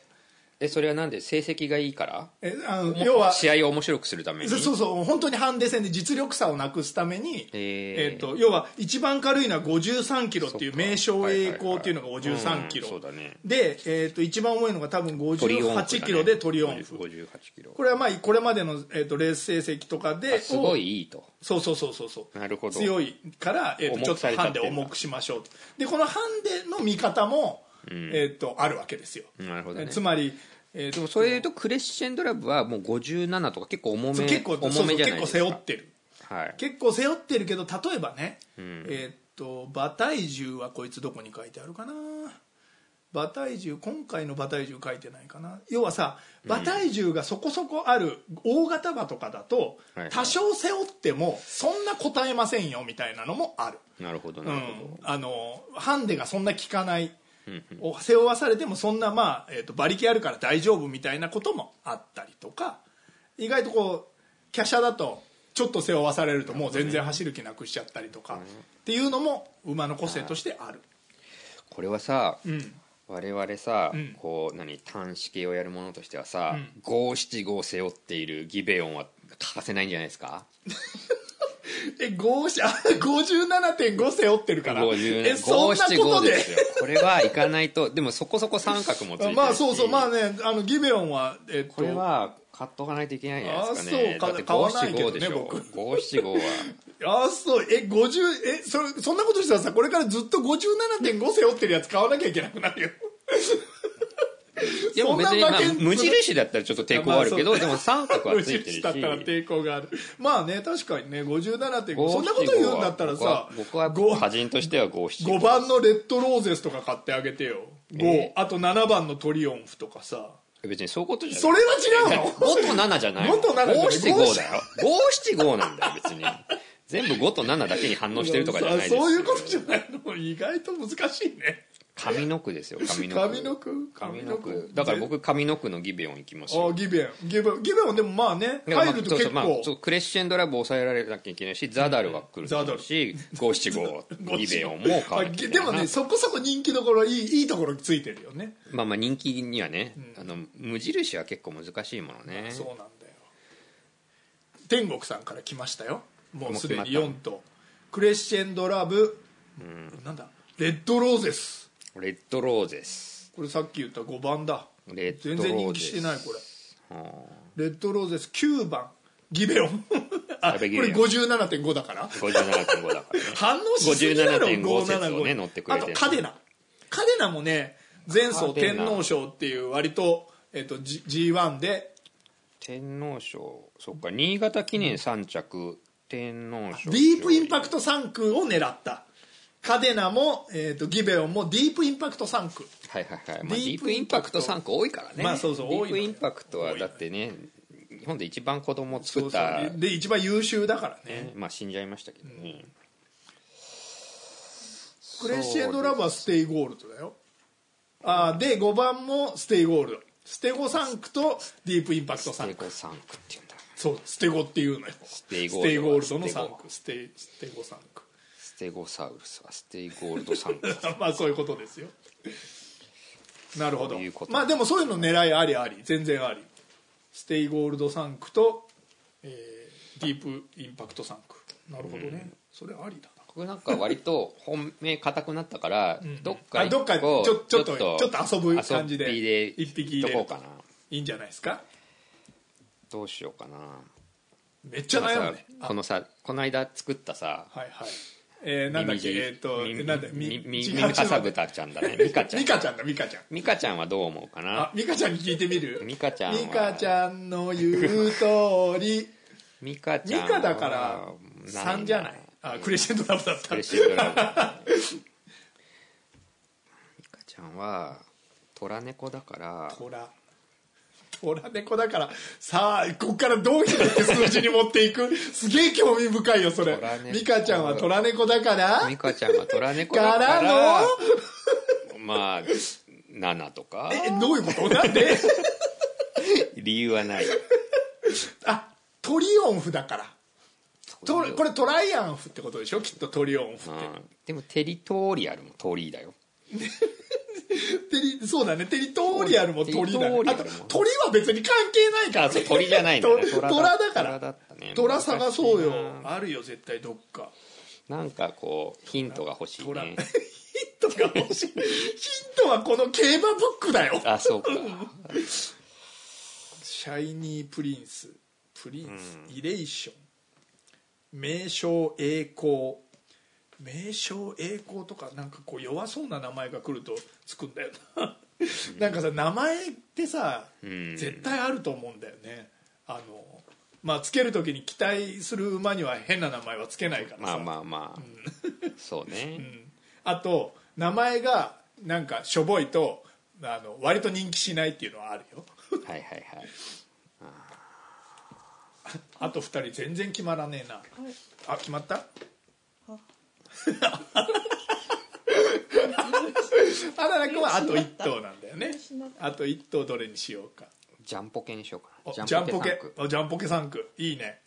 [SPEAKER 1] えそれはなんで成績がいいから
[SPEAKER 2] えあの要は
[SPEAKER 1] 試合を面白くするために
[SPEAKER 2] そうそうそう本当にハンデ戦で実力差をなくすために、
[SPEAKER 1] へー
[SPEAKER 2] えっと要は一番軽いのは53キロっていう名称栄光っていうのが53キロ、
[SPEAKER 1] うんそうだね
[SPEAKER 2] で、えっと一番重いのが多分
[SPEAKER 1] トリオンフだね
[SPEAKER 2] 58キロでトリオンフ、
[SPEAKER 1] 58キロ
[SPEAKER 2] これはまあこれまでの、えっとレース成績とかで
[SPEAKER 1] すごいいいと
[SPEAKER 2] そうそうそうそうそう
[SPEAKER 1] なるほど
[SPEAKER 2] 強いから、えっとちょ
[SPEAKER 1] 重く
[SPEAKER 2] っと
[SPEAKER 1] されちゃ
[SPEAKER 2] ハ
[SPEAKER 1] っ
[SPEAKER 2] ン
[SPEAKER 1] て
[SPEAKER 2] デ
[SPEAKER 1] るんだ
[SPEAKER 2] 重くしましょうとでこのハンデの見方も、えっとあるわけですよ、
[SPEAKER 1] なるほどね
[SPEAKER 2] えつまり、え
[SPEAKER 1] で
[SPEAKER 2] っと
[SPEAKER 1] もそれで言うとクレッシェンドラブはもう57とか結構重め
[SPEAKER 2] 結構そうそ
[SPEAKER 1] 重
[SPEAKER 2] う
[SPEAKER 1] めじゃ
[SPEAKER 2] 結
[SPEAKER 1] ないで
[SPEAKER 2] 構
[SPEAKER 1] すか
[SPEAKER 2] 背負ってる
[SPEAKER 1] はい
[SPEAKER 2] 結構背負ってるけど例えばね、えーっと馬体重はこいつどこに書いてあるかな馬体重今回の馬体重書いてないかな要はさ馬体重がそこそこある大型馬とかだと、
[SPEAKER 1] はいはい
[SPEAKER 2] 多少背負ってもそんな答えませんよみたいなのもある、
[SPEAKER 1] なるほど
[SPEAKER 2] う
[SPEAKER 1] なるほど、
[SPEAKER 2] ん、あのハンデがそんな効かない
[SPEAKER 1] ん
[SPEAKER 2] を背負わされてもそんな、まあえー、と馬力あるから大丈夫みたいなこともあったりとか意外とこう華奢だとちょっと背負わされるともう全然走る気なくしちゃったりとかっていうのも馬の個性としてある、
[SPEAKER 1] これはさ、
[SPEAKER 2] うん、
[SPEAKER 1] 我々さ、
[SPEAKER 2] うん
[SPEAKER 1] こう何単式をやるものとしてはさ
[SPEAKER 2] うん
[SPEAKER 1] 五七五背負っているギベオンは欠かせないんじゃないですか
[SPEAKER 2] え五しあ57.5背負ってるからえそんなこと
[SPEAKER 1] 575
[SPEAKER 2] で
[SPEAKER 1] ですよこれはいかないとでもそこそこ三角もついてるし
[SPEAKER 2] まあそうそうまあねあのギベオンは、えっと
[SPEAKER 1] これは買っとかないといけないんじゃないですか
[SPEAKER 2] あ
[SPEAKER 1] ね
[SPEAKER 2] ーそう
[SPEAKER 1] だって
[SPEAKER 2] 買わないけど
[SPEAKER 1] 575
[SPEAKER 2] ね
[SPEAKER 1] でしょ
[SPEAKER 2] 僕
[SPEAKER 1] 575は
[SPEAKER 2] ああそうえ50えそれそんなことしたらさこれからずっと57.5背負ってるやつ買わなきゃいけなくなるよ
[SPEAKER 1] でも別に、
[SPEAKER 2] そ
[SPEAKER 1] ま
[SPEAKER 2] んな
[SPEAKER 1] あ
[SPEAKER 2] 馬券、
[SPEAKER 1] 無印だったらちょっと抵抗はあるけど、
[SPEAKER 2] まあ
[SPEAKER 1] で
[SPEAKER 2] そう
[SPEAKER 1] も三角は
[SPEAKER 2] 無
[SPEAKER 1] ついてる
[SPEAKER 2] 印
[SPEAKER 1] し
[SPEAKER 2] だったら抵抗があるまあね確かにね57.5
[SPEAKER 1] 575
[SPEAKER 2] そんなこと言うんだったらさ
[SPEAKER 1] は僕は僕は
[SPEAKER 2] 5
[SPEAKER 1] 歌人としては5七
[SPEAKER 2] 5番のレッドローゼスとか買ってあげてよ5、
[SPEAKER 1] え
[SPEAKER 2] あと7番のトリオンフとかさ
[SPEAKER 1] 別にそういうことじゃない
[SPEAKER 2] それは違うの
[SPEAKER 1] 5と7じゃない
[SPEAKER 2] 5と7じゃない
[SPEAKER 1] 5七5だよ5七5なんだよ別に全部5と7だけに反応してるとかじゃないです
[SPEAKER 2] あそういうことじゃないの意外と難しいね
[SPEAKER 1] 上の句ですよ上の句
[SPEAKER 2] 上の句
[SPEAKER 1] 上の句だから僕上の句のギベオン行きますよ
[SPEAKER 2] ああギベンギベンギベンでもまあね
[SPEAKER 1] だからま
[SPEAKER 2] 入
[SPEAKER 1] あ
[SPEAKER 2] ると
[SPEAKER 1] そう
[SPEAKER 2] 結
[SPEAKER 1] そうまあ
[SPEAKER 2] 構
[SPEAKER 1] そうクレッシェンドラブ抑えられなきゃいけないしザ・ダルは来るだろうし五七 五イベオンも買わなきゃいけな
[SPEAKER 2] で
[SPEAKER 1] いな
[SPEAKER 2] もねそこそこ人気どころいいいいところついてるよね
[SPEAKER 1] まあまあ人気にはね、あの無印は結構難しいものね
[SPEAKER 2] そうなんだよ天国さんから来ましたよもうすでに4とクレッシェンドラブ、なんだレッドローゼス
[SPEAKER 1] レッドローゼス
[SPEAKER 2] これさっき言った5番だ
[SPEAKER 1] レッド
[SPEAKER 2] 全
[SPEAKER 1] ローゼス
[SPEAKER 2] 然人気してないこれ
[SPEAKER 1] は
[SPEAKER 2] レッドローゼス9番ギベオンあ
[SPEAKER 1] や
[SPEAKER 2] こ
[SPEAKER 1] べ
[SPEAKER 2] れ
[SPEAKER 1] ギベオン
[SPEAKER 2] 57.5だから
[SPEAKER 1] あ57.5だからね
[SPEAKER 2] 反応しすぎだろ
[SPEAKER 1] 57.5説をね
[SPEAKER 2] 575
[SPEAKER 1] 乗ってくれてる
[SPEAKER 2] あとカデナカデナもね前走
[SPEAKER 1] カデ
[SPEAKER 2] 天
[SPEAKER 1] ナ
[SPEAKER 2] 皇賞っていう割と,、えっと G- G1 で
[SPEAKER 1] 天皇賞そっか新潟記念3着天皇賞
[SPEAKER 2] ディープインパクト3区を狙ったカデナも、えっとギベオンもディープインパクト3区
[SPEAKER 1] はいはいはい、まあ、デ
[SPEAKER 2] ディ
[SPEAKER 1] ィ
[SPEAKER 2] ー
[SPEAKER 1] ー
[SPEAKER 2] プ
[SPEAKER 1] プ
[SPEAKER 2] イ
[SPEAKER 1] イ
[SPEAKER 2] ン
[SPEAKER 1] ン
[SPEAKER 2] パ
[SPEAKER 1] パク
[SPEAKER 2] クト
[SPEAKER 1] ト3個多いからね
[SPEAKER 2] まあそうそう
[SPEAKER 1] ディ
[SPEAKER 2] 多
[SPEAKER 1] ー
[SPEAKER 2] いの
[SPEAKER 1] プ
[SPEAKER 2] よ
[SPEAKER 1] インパクト
[SPEAKER 2] 多い
[SPEAKER 1] は
[SPEAKER 2] のよ
[SPEAKER 1] だってね日本で一番子供を
[SPEAKER 2] そ
[SPEAKER 1] 作
[SPEAKER 2] う
[SPEAKER 1] っ
[SPEAKER 2] そ
[SPEAKER 1] た
[SPEAKER 2] うで一番優秀だからね
[SPEAKER 1] まあ死んじゃいましたけどね、
[SPEAKER 2] クレッシェンドラブはステイゴールドだよあーで5番もステイゴールドステゴ3区とディープインパクト
[SPEAKER 1] ステ
[SPEAKER 2] 3区
[SPEAKER 1] ゴサンクっていうんだ
[SPEAKER 2] そうステゴっていうのよス
[SPEAKER 1] テイゴールドは
[SPEAKER 2] ゴールドの3区ステイステゴ3区
[SPEAKER 1] ステゴサウルスはステイゴールドサン ク
[SPEAKER 2] まあそういうことですよなるほど
[SPEAKER 1] そういうこと
[SPEAKER 2] まあでもそういうの狙いありあり全然ありステイゴールド3区と、えーディープインパクト3区なるほどね、それありだな
[SPEAKER 1] 僕なんか割と本命硬くなったから、どっか
[SPEAKER 2] あ
[SPEAKER 1] 一個
[SPEAKER 2] どっかちょちょっとちょっと遊ぶ感じで
[SPEAKER 1] 遊びで
[SPEAKER 2] 一匹入れ
[SPEAKER 1] ど
[SPEAKER 2] る
[SPEAKER 1] こうかない
[SPEAKER 2] いんじゃないですか
[SPEAKER 1] どうしようかな
[SPEAKER 2] めっちゃ
[SPEAKER 1] なんか
[SPEAKER 2] 悩む
[SPEAKER 1] さ
[SPEAKER 2] ね
[SPEAKER 1] このさこの間作ったさ
[SPEAKER 2] はいはい。えー、なんだっけ、
[SPEAKER 1] ミミジ
[SPEAKER 2] えっ、と、
[SPEAKER 1] ミミ
[SPEAKER 2] なんだ、
[SPEAKER 1] ミミ
[SPEAKER 2] 違う
[SPEAKER 1] ミミカサブタちゃんだねミカちゃん
[SPEAKER 2] ミカちゃんだ、ミカちゃん。
[SPEAKER 1] ミカちゃんはどう思うか
[SPEAKER 2] あ
[SPEAKER 1] な、
[SPEAKER 2] ミカちゃんに聞いてみる
[SPEAKER 1] ミカちゃんは
[SPEAKER 2] ミカちゃんの言う通り。
[SPEAKER 1] ミカ
[SPEAKER 2] ミ
[SPEAKER 1] ちゃんは
[SPEAKER 2] カだから、3じゃないあ、クレッシェンドラブだった。
[SPEAKER 1] クレッシェンドラブミカちゃんは虎猫だから
[SPEAKER 2] ほら。ほら猫だから、さあ、ここからどうやって数字に持っていくすげえ興味深いよ、それ
[SPEAKER 1] 虎。猫
[SPEAKER 2] ミカちゃんは虎猫だから、
[SPEAKER 1] ミカちゃんは虎猫だ
[SPEAKER 2] か
[SPEAKER 1] から
[SPEAKER 2] らの、
[SPEAKER 1] まあ7とか
[SPEAKER 2] え、どういうことなんで
[SPEAKER 1] 理由はない
[SPEAKER 2] あ、トリオンフだから。トこれトライアンフってことでしょきっとトリオンフ
[SPEAKER 1] う
[SPEAKER 2] っ
[SPEAKER 1] んでもテリトリアルも鳥だよ
[SPEAKER 2] てテリそうだねテリトリアルも鳥だ
[SPEAKER 1] テ
[SPEAKER 2] ね
[SPEAKER 1] リトリ
[SPEAKER 2] あ
[SPEAKER 1] ア
[SPEAKER 2] と
[SPEAKER 1] ルも
[SPEAKER 2] 鳥は別に関係ないからね
[SPEAKER 1] 鳥じゃないんだね
[SPEAKER 2] と
[SPEAKER 1] 虎
[SPEAKER 2] 虎だから
[SPEAKER 1] 虎だったね
[SPEAKER 2] 虎探そう
[SPEAKER 1] 懐
[SPEAKER 2] よ
[SPEAKER 1] かしいな
[SPEAKER 2] あるよ絶対どっか
[SPEAKER 1] なんかこうヒントが欲しい
[SPEAKER 2] 虎ヒン
[SPEAKER 1] ね
[SPEAKER 2] トが欲しいヒントはこの競馬ブックだよ
[SPEAKER 1] あそうか
[SPEAKER 2] シャイニープリンスプリンス、イレーション名称栄光名称栄光とかなんかこう弱そうな名前が来るとつくんだよななんかさ名前ってさ、
[SPEAKER 1] ん
[SPEAKER 2] 絶対あると思うんだよねあのまあつける時に期待する馬には変な名前はつけないから
[SPEAKER 1] ま
[SPEAKER 2] さ、
[SPEAKER 1] あまあまあそうね
[SPEAKER 2] あと名前がなんかしょぼいとあの割と人気しないっていうのはあるよ
[SPEAKER 1] はいはいはい
[SPEAKER 2] あと2人全然決まらねえなあ決まったあららくんはあと1頭なんだよねあと1頭どれにしようか
[SPEAKER 1] ジャンポケにしよう
[SPEAKER 2] お
[SPEAKER 1] かな
[SPEAKER 2] ジャンポ
[SPEAKER 1] サン
[SPEAKER 2] ケ
[SPEAKER 1] ク
[SPEAKER 2] おジャンポケ3区いいね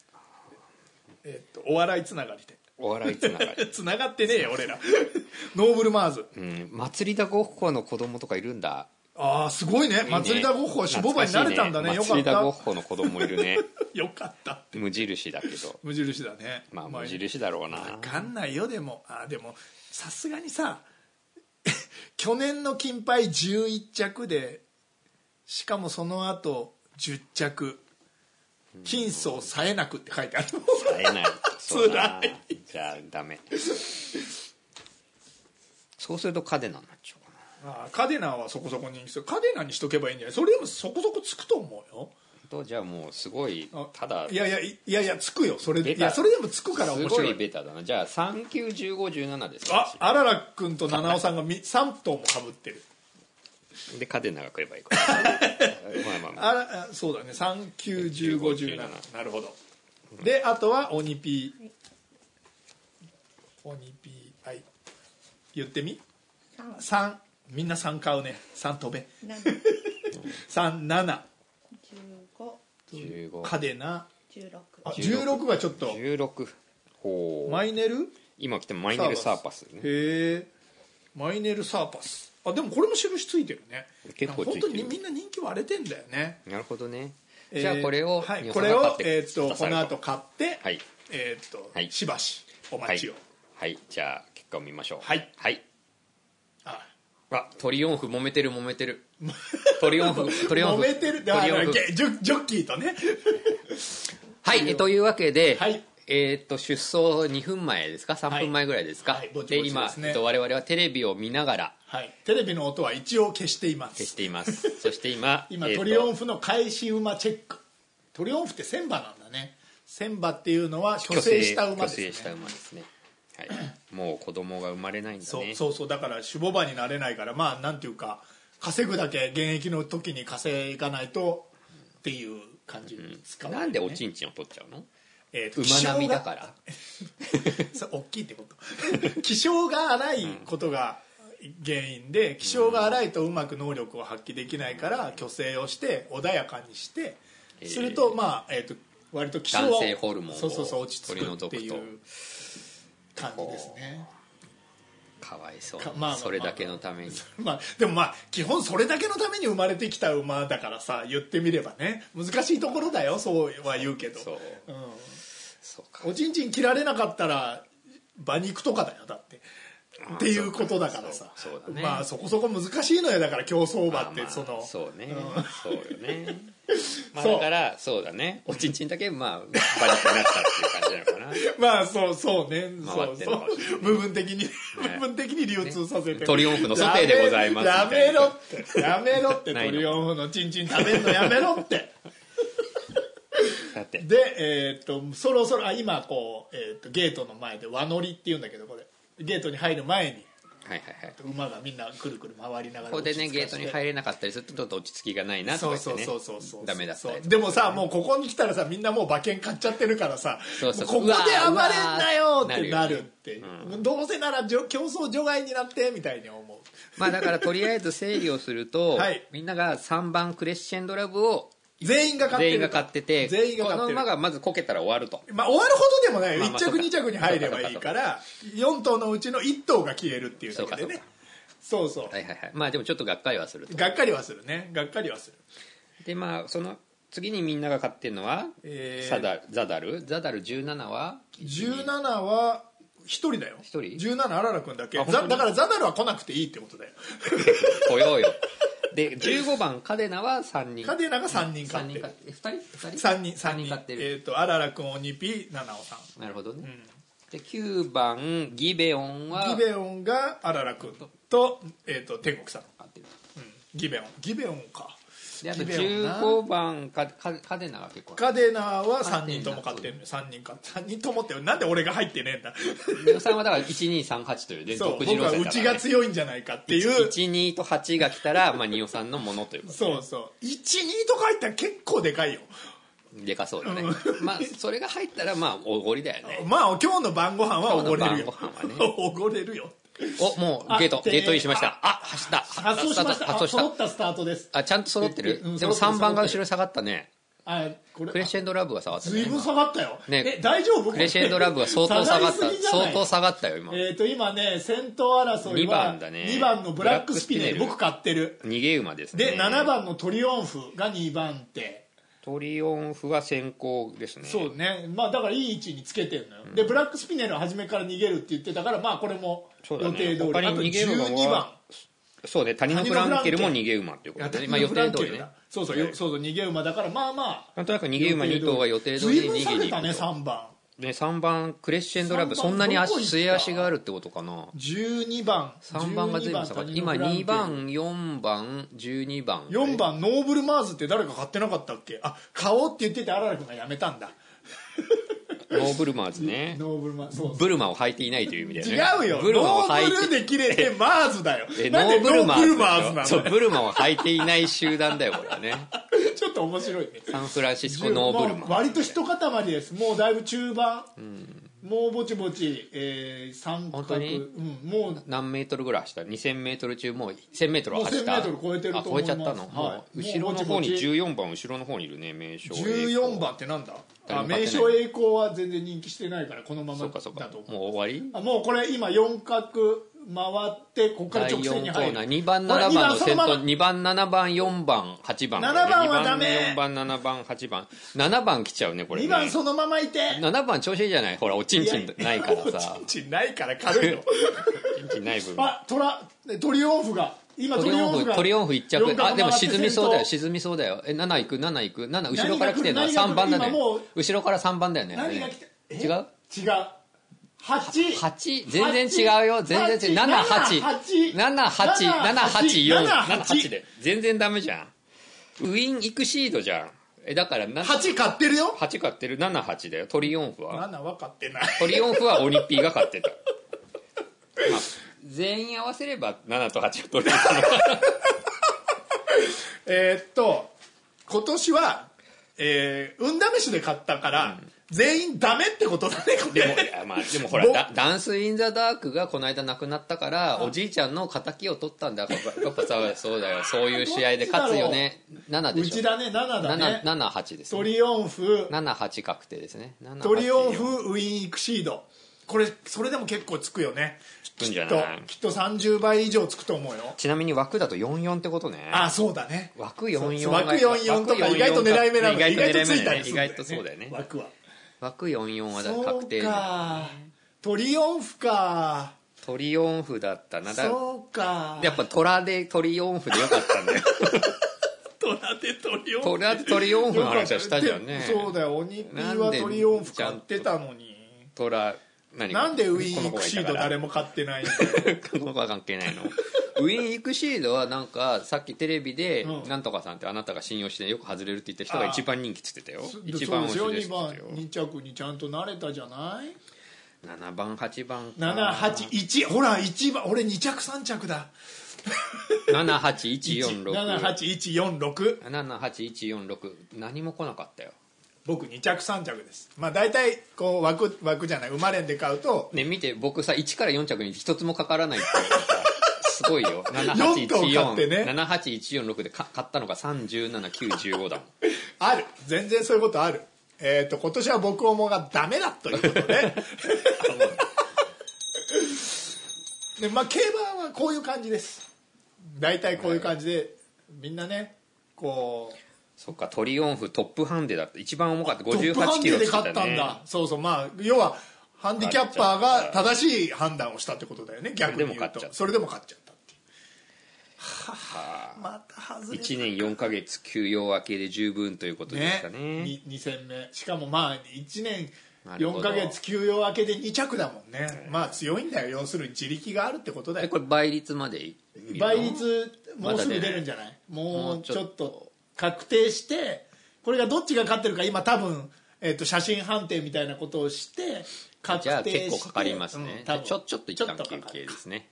[SPEAKER 2] えっとお笑いつながり
[SPEAKER 1] お笑いつなが
[SPEAKER 2] で
[SPEAKER 1] り
[SPEAKER 2] つながってねえよ俺ら ノーブルマーズ
[SPEAKER 1] うん祭りだごっこの子供とかいるんだ
[SPEAKER 2] ああすごいね 祭りだごっこは死亡馬になれたんだね
[SPEAKER 1] 懐かし
[SPEAKER 2] よかっ
[SPEAKER 1] い祭りだご
[SPEAKER 2] た
[SPEAKER 1] っこの子供いる ね
[SPEAKER 2] よかった
[SPEAKER 1] 無印だけど
[SPEAKER 2] 無印だね
[SPEAKER 1] まあ無印だ ろうな
[SPEAKER 2] わかんないよでもあでもさすがにさ 去年の金杯11着でしかもその後10着金層さえなくって書いてある
[SPEAKER 1] 会えないそうだな
[SPEAKER 2] 辛
[SPEAKER 1] じゃあダメそうするとカデナになっちゃうかな
[SPEAKER 2] あカデナはそこそこ人気するカデナにしとけばいいんじゃないそれでもそこそこつくと思うよ
[SPEAKER 1] とじゃあもうすごい
[SPEAKER 2] あ
[SPEAKER 1] ただ
[SPEAKER 2] いやいやいやいやつくよそれ
[SPEAKER 1] ベ
[SPEAKER 2] い
[SPEAKER 1] タ
[SPEAKER 2] やそれでもつくから
[SPEAKER 1] す
[SPEAKER 2] 面
[SPEAKER 1] ご
[SPEAKER 2] 白
[SPEAKER 1] い
[SPEAKER 2] い
[SPEAKER 1] ベタだなじゃあ391517です
[SPEAKER 2] ああららくんと七尾さんが3頭もかぶってる
[SPEAKER 1] でカデナが来ればいいから まあまあまあ
[SPEAKER 2] あらあそうだね391517なるほどであとは鬼ピー鬼ピーはい言ってみ3みんな3買うね3飛べ37
[SPEAKER 1] 15
[SPEAKER 2] カデナあ
[SPEAKER 1] 16
[SPEAKER 2] 16がちょっと
[SPEAKER 1] 16ほう
[SPEAKER 2] マイネル
[SPEAKER 1] 今来てもマイネルサーパスね
[SPEAKER 2] へえマイネルサーパスあでもこれも印ついてるね
[SPEAKER 1] 結構ついてる
[SPEAKER 2] なんか本当にみんな人気割れてんだよね
[SPEAKER 1] なるほどね
[SPEAKER 2] えー
[SPEAKER 1] じゃあこれを
[SPEAKER 2] はい、
[SPEAKER 1] 予
[SPEAKER 2] こ
[SPEAKER 1] 算
[SPEAKER 2] れ
[SPEAKER 1] が
[SPEAKER 2] を
[SPEAKER 1] 立、
[SPEAKER 2] え
[SPEAKER 1] て
[SPEAKER 2] ーっと
[SPEAKER 1] 出
[SPEAKER 2] こ
[SPEAKER 1] され
[SPEAKER 2] の
[SPEAKER 1] た
[SPEAKER 2] 後買って、
[SPEAKER 1] はい
[SPEAKER 2] えーっと、
[SPEAKER 1] はい
[SPEAKER 2] しばしお
[SPEAKER 1] は
[SPEAKER 2] 待
[SPEAKER 1] い
[SPEAKER 2] ちを、
[SPEAKER 1] はいじゃあ結果を見ましょう
[SPEAKER 2] はい
[SPEAKER 1] はい
[SPEAKER 2] あ
[SPEAKER 1] あトリオンフ揉めてる揉めて るトリオンフトリオン
[SPEAKER 2] 揉
[SPEAKER 1] フ
[SPEAKER 2] めてる
[SPEAKER 1] ト
[SPEAKER 2] だか
[SPEAKER 1] リオン
[SPEAKER 2] ら
[SPEAKER 1] フ
[SPEAKER 2] ゲジョジョッキーとね
[SPEAKER 1] はいえというわけで、
[SPEAKER 2] はい
[SPEAKER 1] えーっと出走2分前ですか3分前ぐらいですか、
[SPEAKER 2] はいぼち
[SPEAKER 1] で
[SPEAKER 2] ぼちで
[SPEAKER 1] 今
[SPEAKER 2] すね
[SPEAKER 1] えっと我々はテレビを見ながら
[SPEAKER 2] はいテレビの音は一応消していま
[SPEAKER 1] 消し
[SPEAKER 2] す
[SPEAKER 1] ています そして今
[SPEAKER 2] 今、
[SPEAKER 1] えーっと
[SPEAKER 2] トリオンフの返し馬チェックトリオンフって1000馬なんだね1000馬っていうのは虚勢した馬ですね
[SPEAKER 1] 虚勢した馬ですね、 はい、もう子供が生まれないんだ
[SPEAKER 2] そう
[SPEAKER 1] ね
[SPEAKER 2] そうそうだから守護馬になれないからまあなんていうか稼ぐだけ現役の時に稼がないとっていう感じに使う、
[SPEAKER 1] なんでおちんちんを取っちゃうの
[SPEAKER 2] えーと
[SPEAKER 1] 馬並みだか
[SPEAKER 2] 気
[SPEAKER 1] ら
[SPEAKER 2] 性がそう大きいってこと 気性が荒いことが原因で気性が荒いとうまく能力を発揮できないから虚勢をして穏やかにして
[SPEAKER 1] えー
[SPEAKER 2] するとまあえっ、と割と気性は
[SPEAKER 1] 男性ホルモンを
[SPEAKER 2] そうそうそう落ち着
[SPEAKER 1] 取り
[SPEAKER 2] くっ
[SPEAKER 1] 除
[SPEAKER 2] て
[SPEAKER 1] く
[SPEAKER 2] い
[SPEAKER 1] と
[SPEAKER 2] う感じですね
[SPEAKER 1] かわいそう
[SPEAKER 2] かまあまあまあ
[SPEAKER 1] それだけのために
[SPEAKER 2] まあ、でもまあ基本それだけのために生まれてきた馬だからさ言ってみればね難しいところだよそうは言うけど
[SPEAKER 1] そう
[SPEAKER 2] う
[SPEAKER 1] そうか
[SPEAKER 2] ん、おちんちん切られなかったら馬肉とかだよだって
[SPEAKER 1] あ
[SPEAKER 2] っていうことだからさ
[SPEAKER 1] そうそうだね
[SPEAKER 2] まあそこそこ難しいのよだから競争馬
[SPEAKER 1] まあ
[SPEAKER 2] って
[SPEAKER 1] まあ
[SPEAKER 2] その、
[SPEAKER 1] そうねそうよ ねまあ
[SPEAKER 2] そう
[SPEAKER 1] だからそうだねおちんちんだけまあバリッとなったっていう感じなのか
[SPEAKER 2] まあそうそうねそ
[SPEAKER 1] 回っ
[SPEAKER 2] う
[SPEAKER 1] て
[SPEAKER 2] そ
[SPEAKER 1] るかもしれな
[SPEAKER 2] う部分的に、部分的に流通させて、
[SPEAKER 1] ねトリオンフのソテーでございます
[SPEAKER 2] やめろってやめろってト
[SPEAKER 1] ないの
[SPEAKER 2] リオンフのチンチン食べるのやめろって
[SPEAKER 1] なだって
[SPEAKER 2] で、えー、とそろそろあ今こう、えー、とゲートの前で輪乗りっていうんだけどこれゲートに入る前に
[SPEAKER 1] はいはいはい
[SPEAKER 2] 馬がみんなくるくる回りながら
[SPEAKER 1] ここでね
[SPEAKER 2] 落ち着
[SPEAKER 1] ゲ
[SPEAKER 2] か
[SPEAKER 1] ー
[SPEAKER 2] せ
[SPEAKER 1] ト
[SPEAKER 2] て
[SPEAKER 1] に入れなかったりするとちょっと落ち着きがないなと
[SPEAKER 2] そ
[SPEAKER 1] か言
[SPEAKER 2] う
[SPEAKER 1] って
[SPEAKER 2] そう
[SPEAKER 1] ね
[SPEAKER 2] そうそうそう
[SPEAKER 1] ダメだったりとか
[SPEAKER 2] でもさもうここに来たらさみんなもう馬券買っちゃってるからさ
[SPEAKER 1] そうそうそう
[SPEAKER 2] もうここで暴れんな
[SPEAKER 1] うわ
[SPEAKER 2] よってな
[SPEAKER 1] ーなる
[SPEAKER 2] る
[SPEAKER 1] よね
[SPEAKER 2] ってどうせならじょ競争除外になってみたいに思う
[SPEAKER 1] まあだからとりあえず整理をすると、
[SPEAKER 2] はい
[SPEAKER 1] みんなが3番クレッシェンドラブを
[SPEAKER 2] 全員が買ってる
[SPEAKER 1] 全員が買ってて
[SPEAKER 2] 全員が買って
[SPEAKER 1] こ
[SPEAKER 2] る
[SPEAKER 1] の馬がまずこけたら終わると
[SPEAKER 2] まあ、終わるほどでもないよ、
[SPEAKER 1] まあまあ
[SPEAKER 2] 1着2
[SPEAKER 1] そうか
[SPEAKER 2] 着に入ればいいから4頭のうちの1頭が消えるっていうだけでねそうそう
[SPEAKER 1] はいはいはいまあでもちょっとがっかりはすると
[SPEAKER 2] がっかりはするねがっかりはする
[SPEAKER 1] でまあその次にみんなが買ってるのは、
[SPEAKER 2] えー
[SPEAKER 1] サダザダルザダル17は
[SPEAKER 2] 17は1人だよ
[SPEAKER 1] 一人
[SPEAKER 2] 17あらら君だけ
[SPEAKER 1] あ本当
[SPEAKER 2] ざ
[SPEAKER 1] に
[SPEAKER 2] だからザダルは来なくていいってことだよ
[SPEAKER 1] 来ようよで15番カデナは3人
[SPEAKER 2] カデナが3人買
[SPEAKER 1] 三
[SPEAKER 2] っ
[SPEAKER 1] 人
[SPEAKER 2] てる
[SPEAKER 1] 買って2人2人
[SPEAKER 2] 3人
[SPEAKER 1] 三
[SPEAKER 2] 三
[SPEAKER 1] 人
[SPEAKER 2] 人
[SPEAKER 1] 買ってる、
[SPEAKER 2] えっ、とあらら君オニピ七尾さん
[SPEAKER 1] なるほどね、で9番ギベオンは
[SPEAKER 2] ギベオンがあらら君と,、えー、と天国さん、
[SPEAKER 1] 買ってる
[SPEAKER 2] うん、ギベオンギベオンか
[SPEAKER 1] であと
[SPEAKER 2] ギベオンな
[SPEAKER 1] 15番カカカデナが結構
[SPEAKER 2] カデナは3人とも買ってるのよ3人買って3人ともってなんで俺が入ってねえ んだ
[SPEAKER 1] 予算はだから1238というで
[SPEAKER 2] そう
[SPEAKER 1] 独自
[SPEAKER 2] 僕
[SPEAKER 1] 路
[SPEAKER 2] は
[SPEAKER 1] 線
[SPEAKER 2] う
[SPEAKER 1] だか
[SPEAKER 2] ち
[SPEAKER 1] ら、
[SPEAKER 2] が
[SPEAKER 1] ね、
[SPEAKER 2] 強いんじゃないかっていう
[SPEAKER 1] 12と8が来たら、まあ、二オさんのものということ
[SPEAKER 2] そうそう12とか入ったら結構でかいよ
[SPEAKER 1] でかそうだね、まあそれが入ったらまあおごりだよね
[SPEAKER 2] まあ今日の晩ご飯はおごれ
[SPEAKER 1] 今
[SPEAKER 2] る
[SPEAKER 1] 日の
[SPEAKER 2] よ
[SPEAKER 1] 晩ご飯は
[SPEAKER 2] おごれるよ
[SPEAKER 1] おもう
[SPEAKER 2] あ
[SPEAKER 1] ゲート
[SPEAKER 2] で
[SPEAKER 1] ゲートインしましたあ走った
[SPEAKER 2] 発送しました
[SPEAKER 1] 発
[SPEAKER 2] あ
[SPEAKER 1] 送した
[SPEAKER 2] 揃ったスタートです
[SPEAKER 1] あちゃんと揃ってる、
[SPEAKER 2] うん
[SPEAKER 1] でも
[SPEAKER 2] 揃ってる
[SPEAKER 1] 3番が後ろに下がったね
[SPEAKER 2] あこれ
[SPEAKER 1] クレッシェンドラブが下がった
[SPEAKER 2] ず
[SPEAKER 1] ね
[SPEAKER 2] いぶん下がったよ、
[SPEAKER 1] ね
[SPEAKER 2] え大丈夫
[SPEAKER 1] クレッシェンドラブが相当下がっ た相当
[SPEAKER 2] が
[SPEAKER 1] 下がったよ今
[SPEAKER 2] えっ、と今ね先頭争
[SPEAKER 1] 二
[SPEAKER 2] いは
[SPEAKER 1] 番だね
[SPEAKER 2] 二番のブラックスピネ
[SPEAKER 1] ブ
[SPEAKER 2] ル
[SPEAKER 1] ラックスピネル
[SPEAKER 2] 僕買ってる
[SPEAKER 1] 逃げ馬ですね
[SPEAKER 2] で、7番のトリオンフが2番手
[SPEAKER 1] トリオンフは先行ですね
[SPEAKER 2] そうね、まあ、だからいい位置につけてるのよ、でブラックスピネルは初めから逃げるって言ってたからまあこれも
[SPEAKER 1] そ
[SPEAKER 2] 予
[SPEAKER 1] うだね
[SPEAKER 2] 定通り、
[SPEAKER 1] 他に
[SPEAKER 2] あと
[SPEAKER 1] 逃げるのは
[SPEAKER 2] 12番
[SPEAKER 1] そうね谷のフランケルも逃げ馬っていうことで、ね、まあ予定通りね
[SPEAKER 2] そうそうよそうそう逃げ馬だからまあまあ
[SPEAKER 1] なんとなく逃げ馬2頭が予定通
[SPEAKER 2] ず
[SPEAKER 1] り
[SPEAKER 2] いぶん
[SPEAKER 1] に
[SPEAKER 2] 下
[SPEAKER 1] 逃げ
[SPEAKER 2] げ
[SPEAKER 1] に行
[SPEAKER 2] たね
[SPEAKER 1] くと
[SPEAKER 2] 3番
[SPEAKER 1] ね、3番クレッシェンドラブ
[SPEAKER 2] 3
[SPEAKER 1] そ
[SPEAKER 2] 番
[SPEAKER 1] んなに
[SPEAKER 2] どこ
[SPEAKER 1] 足
[SPEAKER 2] 行った
[SPEAKER 1] 末足があるってことかな
[SPEAKER 2] 12番
[SPEAKER 1] 3番が全部下がって今2番4番12番
[SPEAKER 2] 4番ノーブルマーズって誰か買ってなかったっけあ買おうって言ってて荒良君がやめたんだ
[SPEAKER 1] ノーブルマーズね
[SPEAKER 2] ノーブルマーズそうそう
[SPEAKER 1] ブルマを履いていないという意味でね
[SPEAKER 2] 違うよ。
[SPEAKER 1] ブルマ
[SPEAKER 2] ノ
[SPEAKER 1] を履
[SPEAKER 2] ーブル
[SPEAKER 1] いて。
[SPEAKER 2] で切れてマーズだよ
[SPEAKER 1] えノ
[SPEAKER 2] なんで
[SPEAKER 1] ーブルマーズでしょ
[SPEAKER 2] な
[SPEAKER 1] そ
[SPEAKER 2] の
[SPEAKER 1] うブルマを履いていない集団だよこれはね
[SPEAKER 2] ちょっと面白いね。
[SPEAKER 1] サンフランシス コノーブルマ
[SPEAKER 2] まあ割と一塊です。もうだいぶ中盤。もうぼちぼち、えー、三
[SPEAKER 1] 本当
[SPEAKER 2] 角。
[SPEAKER 1] に
[SPEAKER 2] うん、もう。
[SPEAKER 1] 何メートルぐらい走った2000メートル中もう1000メートル
[SPEAKER 2] もう
[SPEAKER 1] 走った
[SPEAKER 2] 1000メートル超えてると思います
[SPEAKER 1] あ超えちゃったの、もう
[SPEAKER 2] はい
[SPEAKER 1] 後ろの方に
[SPEAKER 2] もうぼちぼ
[SPEAKER 1] 14番後ろの方にいるね名称
[SPEAKER 2] 14番ってなんだあ
[SPEAKER 1] 誰も買ってない
[SPEAKER 2] 名称栄光は全然人気してないからこのま
[SPEAKER 1] そ
[SPEAKER 2] ま
[SPEAKER 1] うかそうか
[SPEAKER 2] だと思う
[SPEAKER 1] もう終わり
[SPEAKER 2] あもうこれ今4角回ってここから
[SPEAKER 1] 第
[SPEAKER 2] 直線に
[SPEAKER 1] 4コー
[SPEAKER 2] 入る
[SPEAKER 1] ナー2番7
[SPEAKER 2] ほら
[SPEAKER 1] 番
[SPEAKER 2] 今
[SPEAKER 1] の
[SPEAKER 2] そ
[SPEAKER 1] 先
[SPEAKER 2] まま
[SPEAKER 1] 頭2番7番4番8番
[SPEAKER 2] 7番はダメ
[SPEAKER 1] 2番4番7番8番7番来ちゃうねこれね
[SPEAKER 2] 2番そのままいて
[SPEAKER 1] 7番調子いいじゃないほらおちんちんないからさ
[SPEAKER 2] おちんちんないから軽いの
[SPEAKER 1] おちんちんない分
[SPEAKER 2] あトラトリオンフが今
[SPEAKER 1] ト
[SPEAKER 2] ト
[SPEAKER 1] リ
[SPEAKER 2] リ
[SPEAKER 1] オ
[SPEAKER 2] オン
[SPEAKER 1] ン
[SPEAKER 2] フ
[SPEAKER 1] フ
[SPEAKER 2] が
[SPEAKER 1] トリオンフ1
[SPEAKER 2] 四
[SPEAKER 1] 着
[SPEAKER 2] 冠
[SPEAKER 1] あでも
[SPEAKER 2] 上がって
[SPEAKER 1] 沈みそうだよ
[SPEAKER 2] 先
[SPEAKER 1] 沈みそうだよえ7いく7いく7後ろ
[SPEAKER 2] 何
[SPEAKER 1] か
[SPEAKER 2] が
[SPEAKER 1] ら
[SPEAKER 2] 来
[SPEAKER 1] 来
[SPEAKER 2] る
[SPEAKER 1] てるのは
[SPEAKER 2] 何が来
[SPEAKER 1] 3
[SPEAKER 2] る
[SPEAKER 1] 番だね
[SPEAKER 2] 今もう
[SPEAKER 1] 後ろから3番だよね
[SPEAKER 2] 何が来てえ
[SPEAKER 1] 違う
[SPEAKER 2] 頭違う八
[SPEAKER 1] 八全然違うよ全然違う七八七八七八四七八で全然ダメじゃんウィンイクシードじゃんえだからな
[SPEAKER 2] 八買ってるよ
[SPEAKER 1] 八買ってる七八だよトリオンフは
[SPEAKER 2] 七は買ってない
[SPEAKER 1] トリオンフはオリピーが買ってた、まあ全員合わせれば7と8は取れたの
[SPEAKER 2] えーっと今年は、えー運試しで買ったから、全員ダメってことだねこ
[SPEAKER 1] でも
[SPEAKER 2] れ
[SPEAKER 1] いや、まあ、でもほら
[SPEAKER 2] ぼ
[SPEAKER 1] ダ「ダンス・イン・ザ・ダーク」がこの間亡くなったからおじいちゃんの敵を取ったんだやっぱやっぱさそうだよそういう試合で勝つよね7
[SPEAKER 2] う
[SPEAKER 1] でし
[SPEAKER 2] ち
[SPEAKER 1] ょ
[SPEAKER 2] だね7だね
[SPEAKER 1] 78です
[SPEAKER 2] ト
[SPEAKER 1] ね
[SPEAKER 2] リオンフ
[SPEAKER 1] 78確定ですね7
[SPEAKER 2] トリオンフウィンイクシードこれそれでも結構つくよね
[SPEAKER 1] つくんじゃ
[SPEAKER 2] と
[SPEAKER 1] ない
[SPEAKER 2] きっと30倍以上つくと思うよ
[SPEAKER 1] ちなみに枠だと44ってことね
[SPEAKER 2] あそうだね
[SPEAKER 1] 枠44
[SPEAKER 2] 枠44とか意外と狙い目なの
[SPEAKER 1] 意
[SPEAKER 2] 意
[SPEAKER 1] 外
[SPEAKER 2] 外
[SPEAKER 1] と狙い目
[SPEAKER 2] とついた
[SPEAKER 1] だね
[SPEAKER 2] りす
[SPEAKER 1] 意
[SPEAKER 2] るんだよね
[SPEAKER 1] 外とそうだよね
[SPEAKER 2] 枠は
[SPEAKER 1] 枠44はだから
[SPEAKER 2] そ
[SPEAKER 1] 確定
[SPEAKER 2] うかトリオンフか
[SPEAKER 1] トリオンフだったなだ
[SPEAKER 2] そうか
[SPEAKER 1] やっぱ虎でトリオンフでよかったん だよ
[SPEAKER 2] トラでトリオンフ
[SPEAKER 1] 虎でトリオンフの話はしたじゃんね
[SPEAKER 2] そうだよオニピーはトリオンフ買ってたのに
[SPEAKER 1] 虎何
[SPEAKER 2] なんでウィンイクシード誰
[SPEAKER 1] も
[SPEAKER 2] も買ってないんだよ
[SPEAKER 1] この子は関係ないのウィン・イクシードはなんかさっきテレビで
[SPEAKER 2] うん
[SPEAKER 1] なんとかさんってあなたが信用してよく外れるって言った人が一番人気っつってたよ一
[SPEAKER 2] そう
[SPEAKER 1] 番
[SPEAKER 2] で
[SPEAKER 1] 推し
[SPEAKER 2] すよ
[SPEAKER 1] です
[SPEAKER 2] 2
[SPEAKER 1] って言って
[SPEAKER 2] 番
[SPEAKER 1] たよ
[SPEAKER 2] 2着にちゃんと慣れたじゃない
[SPEAKER 1] 7番8番
[SPEAKER 2] 781ほら1番俺2着3着だ
[SPEAKER 1] 78146
[SPEAKER 2] 78146
[SPEAKER 1] 78146何も来なかったよ
[SPEAKER 2] 僕2着3着ですまあ大体こう枠枠じゃない生まれんで買うと
[SPEAKER 1] ね見て僕さ1から4着に一つもかから ないっていうさすごいよ
[SPEAKER 2] 四頭買ってね
[SPEAKER 1] 7814 78146でか買ったのが37915だもん
[SPEAKER 2] ある全然そういうことあるえっ、と今年は僕をもがダメだということ ででまあ競馬はこういう感じです大体こういう感じでみんなねこう
[SPEAKER 1] そっかトリオンフトップハンデだって一番重かった
[SPEAKER 2] トップハ
[SPEAKER 1] 58
[SPEAKER 2] ン
[SPEAKER 1] キ
[SPEAKER 2] デ
[SPEAKER 1] ロ
[SPEAKER 2] で
[SPEAKER 1] つっ
[SPEAKER 2] 勝
[SPEAKER 1] て
[SPEAKER 2] った
[SPEAKER 1] た
[SPEAKER 2] ん
[SPEAKER 1] ね
[SPEAKER 2] だそうそうまあ要はハンディキャッパーが正しい判断をしたってことだよね逆に言うとそ
[SPEAKER 1] そ
[SPEAKER 2] れでも勝っちゃったっていうはあまた外れた
[SPEAKER 1] 1年4ヶ月休養明けで十分ということでしたね
[SPEAKER 2] ね二2戦目しかもまあ1年
[SPEAKER 1] なるほ
[SPEAKER 2] 4
[SPEAKER 1] ど
[SPEAKER 2] か月休養明けで2着だもんね、まあ強いんだよ要するに自力があるってことだ
[SPEAKER 1] え
[SPEAKER 2] よ
[SPEAKER 1] これ倍率までいい
[SPEAKER 2] 倍率もうすぐ
[SPEAKER 1] まだ出な
[SPEAKER 2] 出
[SPEAKER 1] い
[SPEAKER 2] るんじゃない、も
[SPEAKER 1] も
[SPEAKER 2] う
[SPEAKER 1] う
[SPEAKER 2] ち
[SPEAKER 1] ち
[SPEAKER 2] ょ
[SPEAKER 1] ょ
[SPEAKER 2] っ
[SPEAKER 1] っ
[SPEAKER 2] と確定してこれがどっちが勝ってるか今多分、えっと写真判定みたいなことをして確定して
[SPEAKER 1] じゃあ結構かかります
[SPEAKER 2] う
[SPEAKER 1] ねじゃ
[SPEAKER 2] ん、多
[SPEAKER 1] あ
[SPEAKER 2] 分
[SPEAKER 1] ちょちょっと一旦
[SPEAKER 2] ちょっと
[SPEAKER 1] 休
[SPEAKER 2] かか
[SPEAKER 1] 憩
[SPEAKER 2] る
[SPEAKER 1] ですね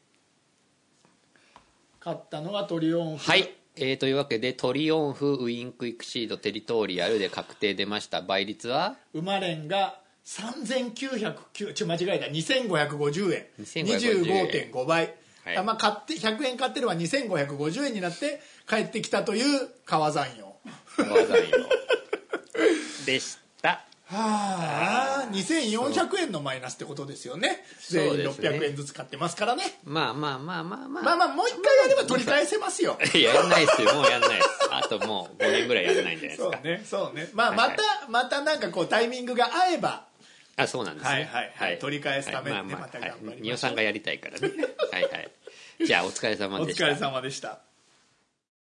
[SPEAKER 2] 勝ったのがトリオンフ
[SPEAKER 1] はい、えー、というわけでトリオンフウインクイクシードテリトーリアルで確定出ました倍率は
[SPEAKER 2] 馬連が3909ちょ間違えた2550円
[SPEAKER 1] 2550円
[SPEAKER 2] 25.5倍、
[SPEAKER 1] はい
[SPEAKER 2] あまあ、買って100円買ってれば2550円になって帰ってきたという川山用
[SPEAKER 1] ございまでした
[SPEAKER 2] はあ2400円のマイナスってことですよね
[SPEAKER 1] そう
[SPEAKER 2] 全員
[SPEAKER 1] そうですね
[SPEAKER 2] 600円ずつ買ってますからね
[SPEAKER 1] まあまあまあまあまあ
[SPEAKER 2] まあまあもう一回やれば取り返せますよ
[SPEAKER 1] やんないっすよもうやんないっすあともう5年ぐらいやらないんじゃ ないです
[SPEAKER 2] そう
[SPEAKER 1] か
[SPEAKER 2] ねそうねまあ
[SPEAKER 1] は
[SPEAKER 2] ま
[SPEAKER 1] いはい
[SPEAKER 2] たまたなんかこうタイミングが合えば
[SPEAKER 1] あそうなんですね
[SPEAKER 2] はいはいはい取り返すためにね
[SPEAKER 1] はい
[SPEAKER 2] また頑張りましょう
[SPEAKER 1] はい二葉さんがやりたいからねはいはいじゃあお疲れ様
[SPEAKER 2] お
[SPEAKER 1] でした
[SPEAKER 2] 疲れ様でした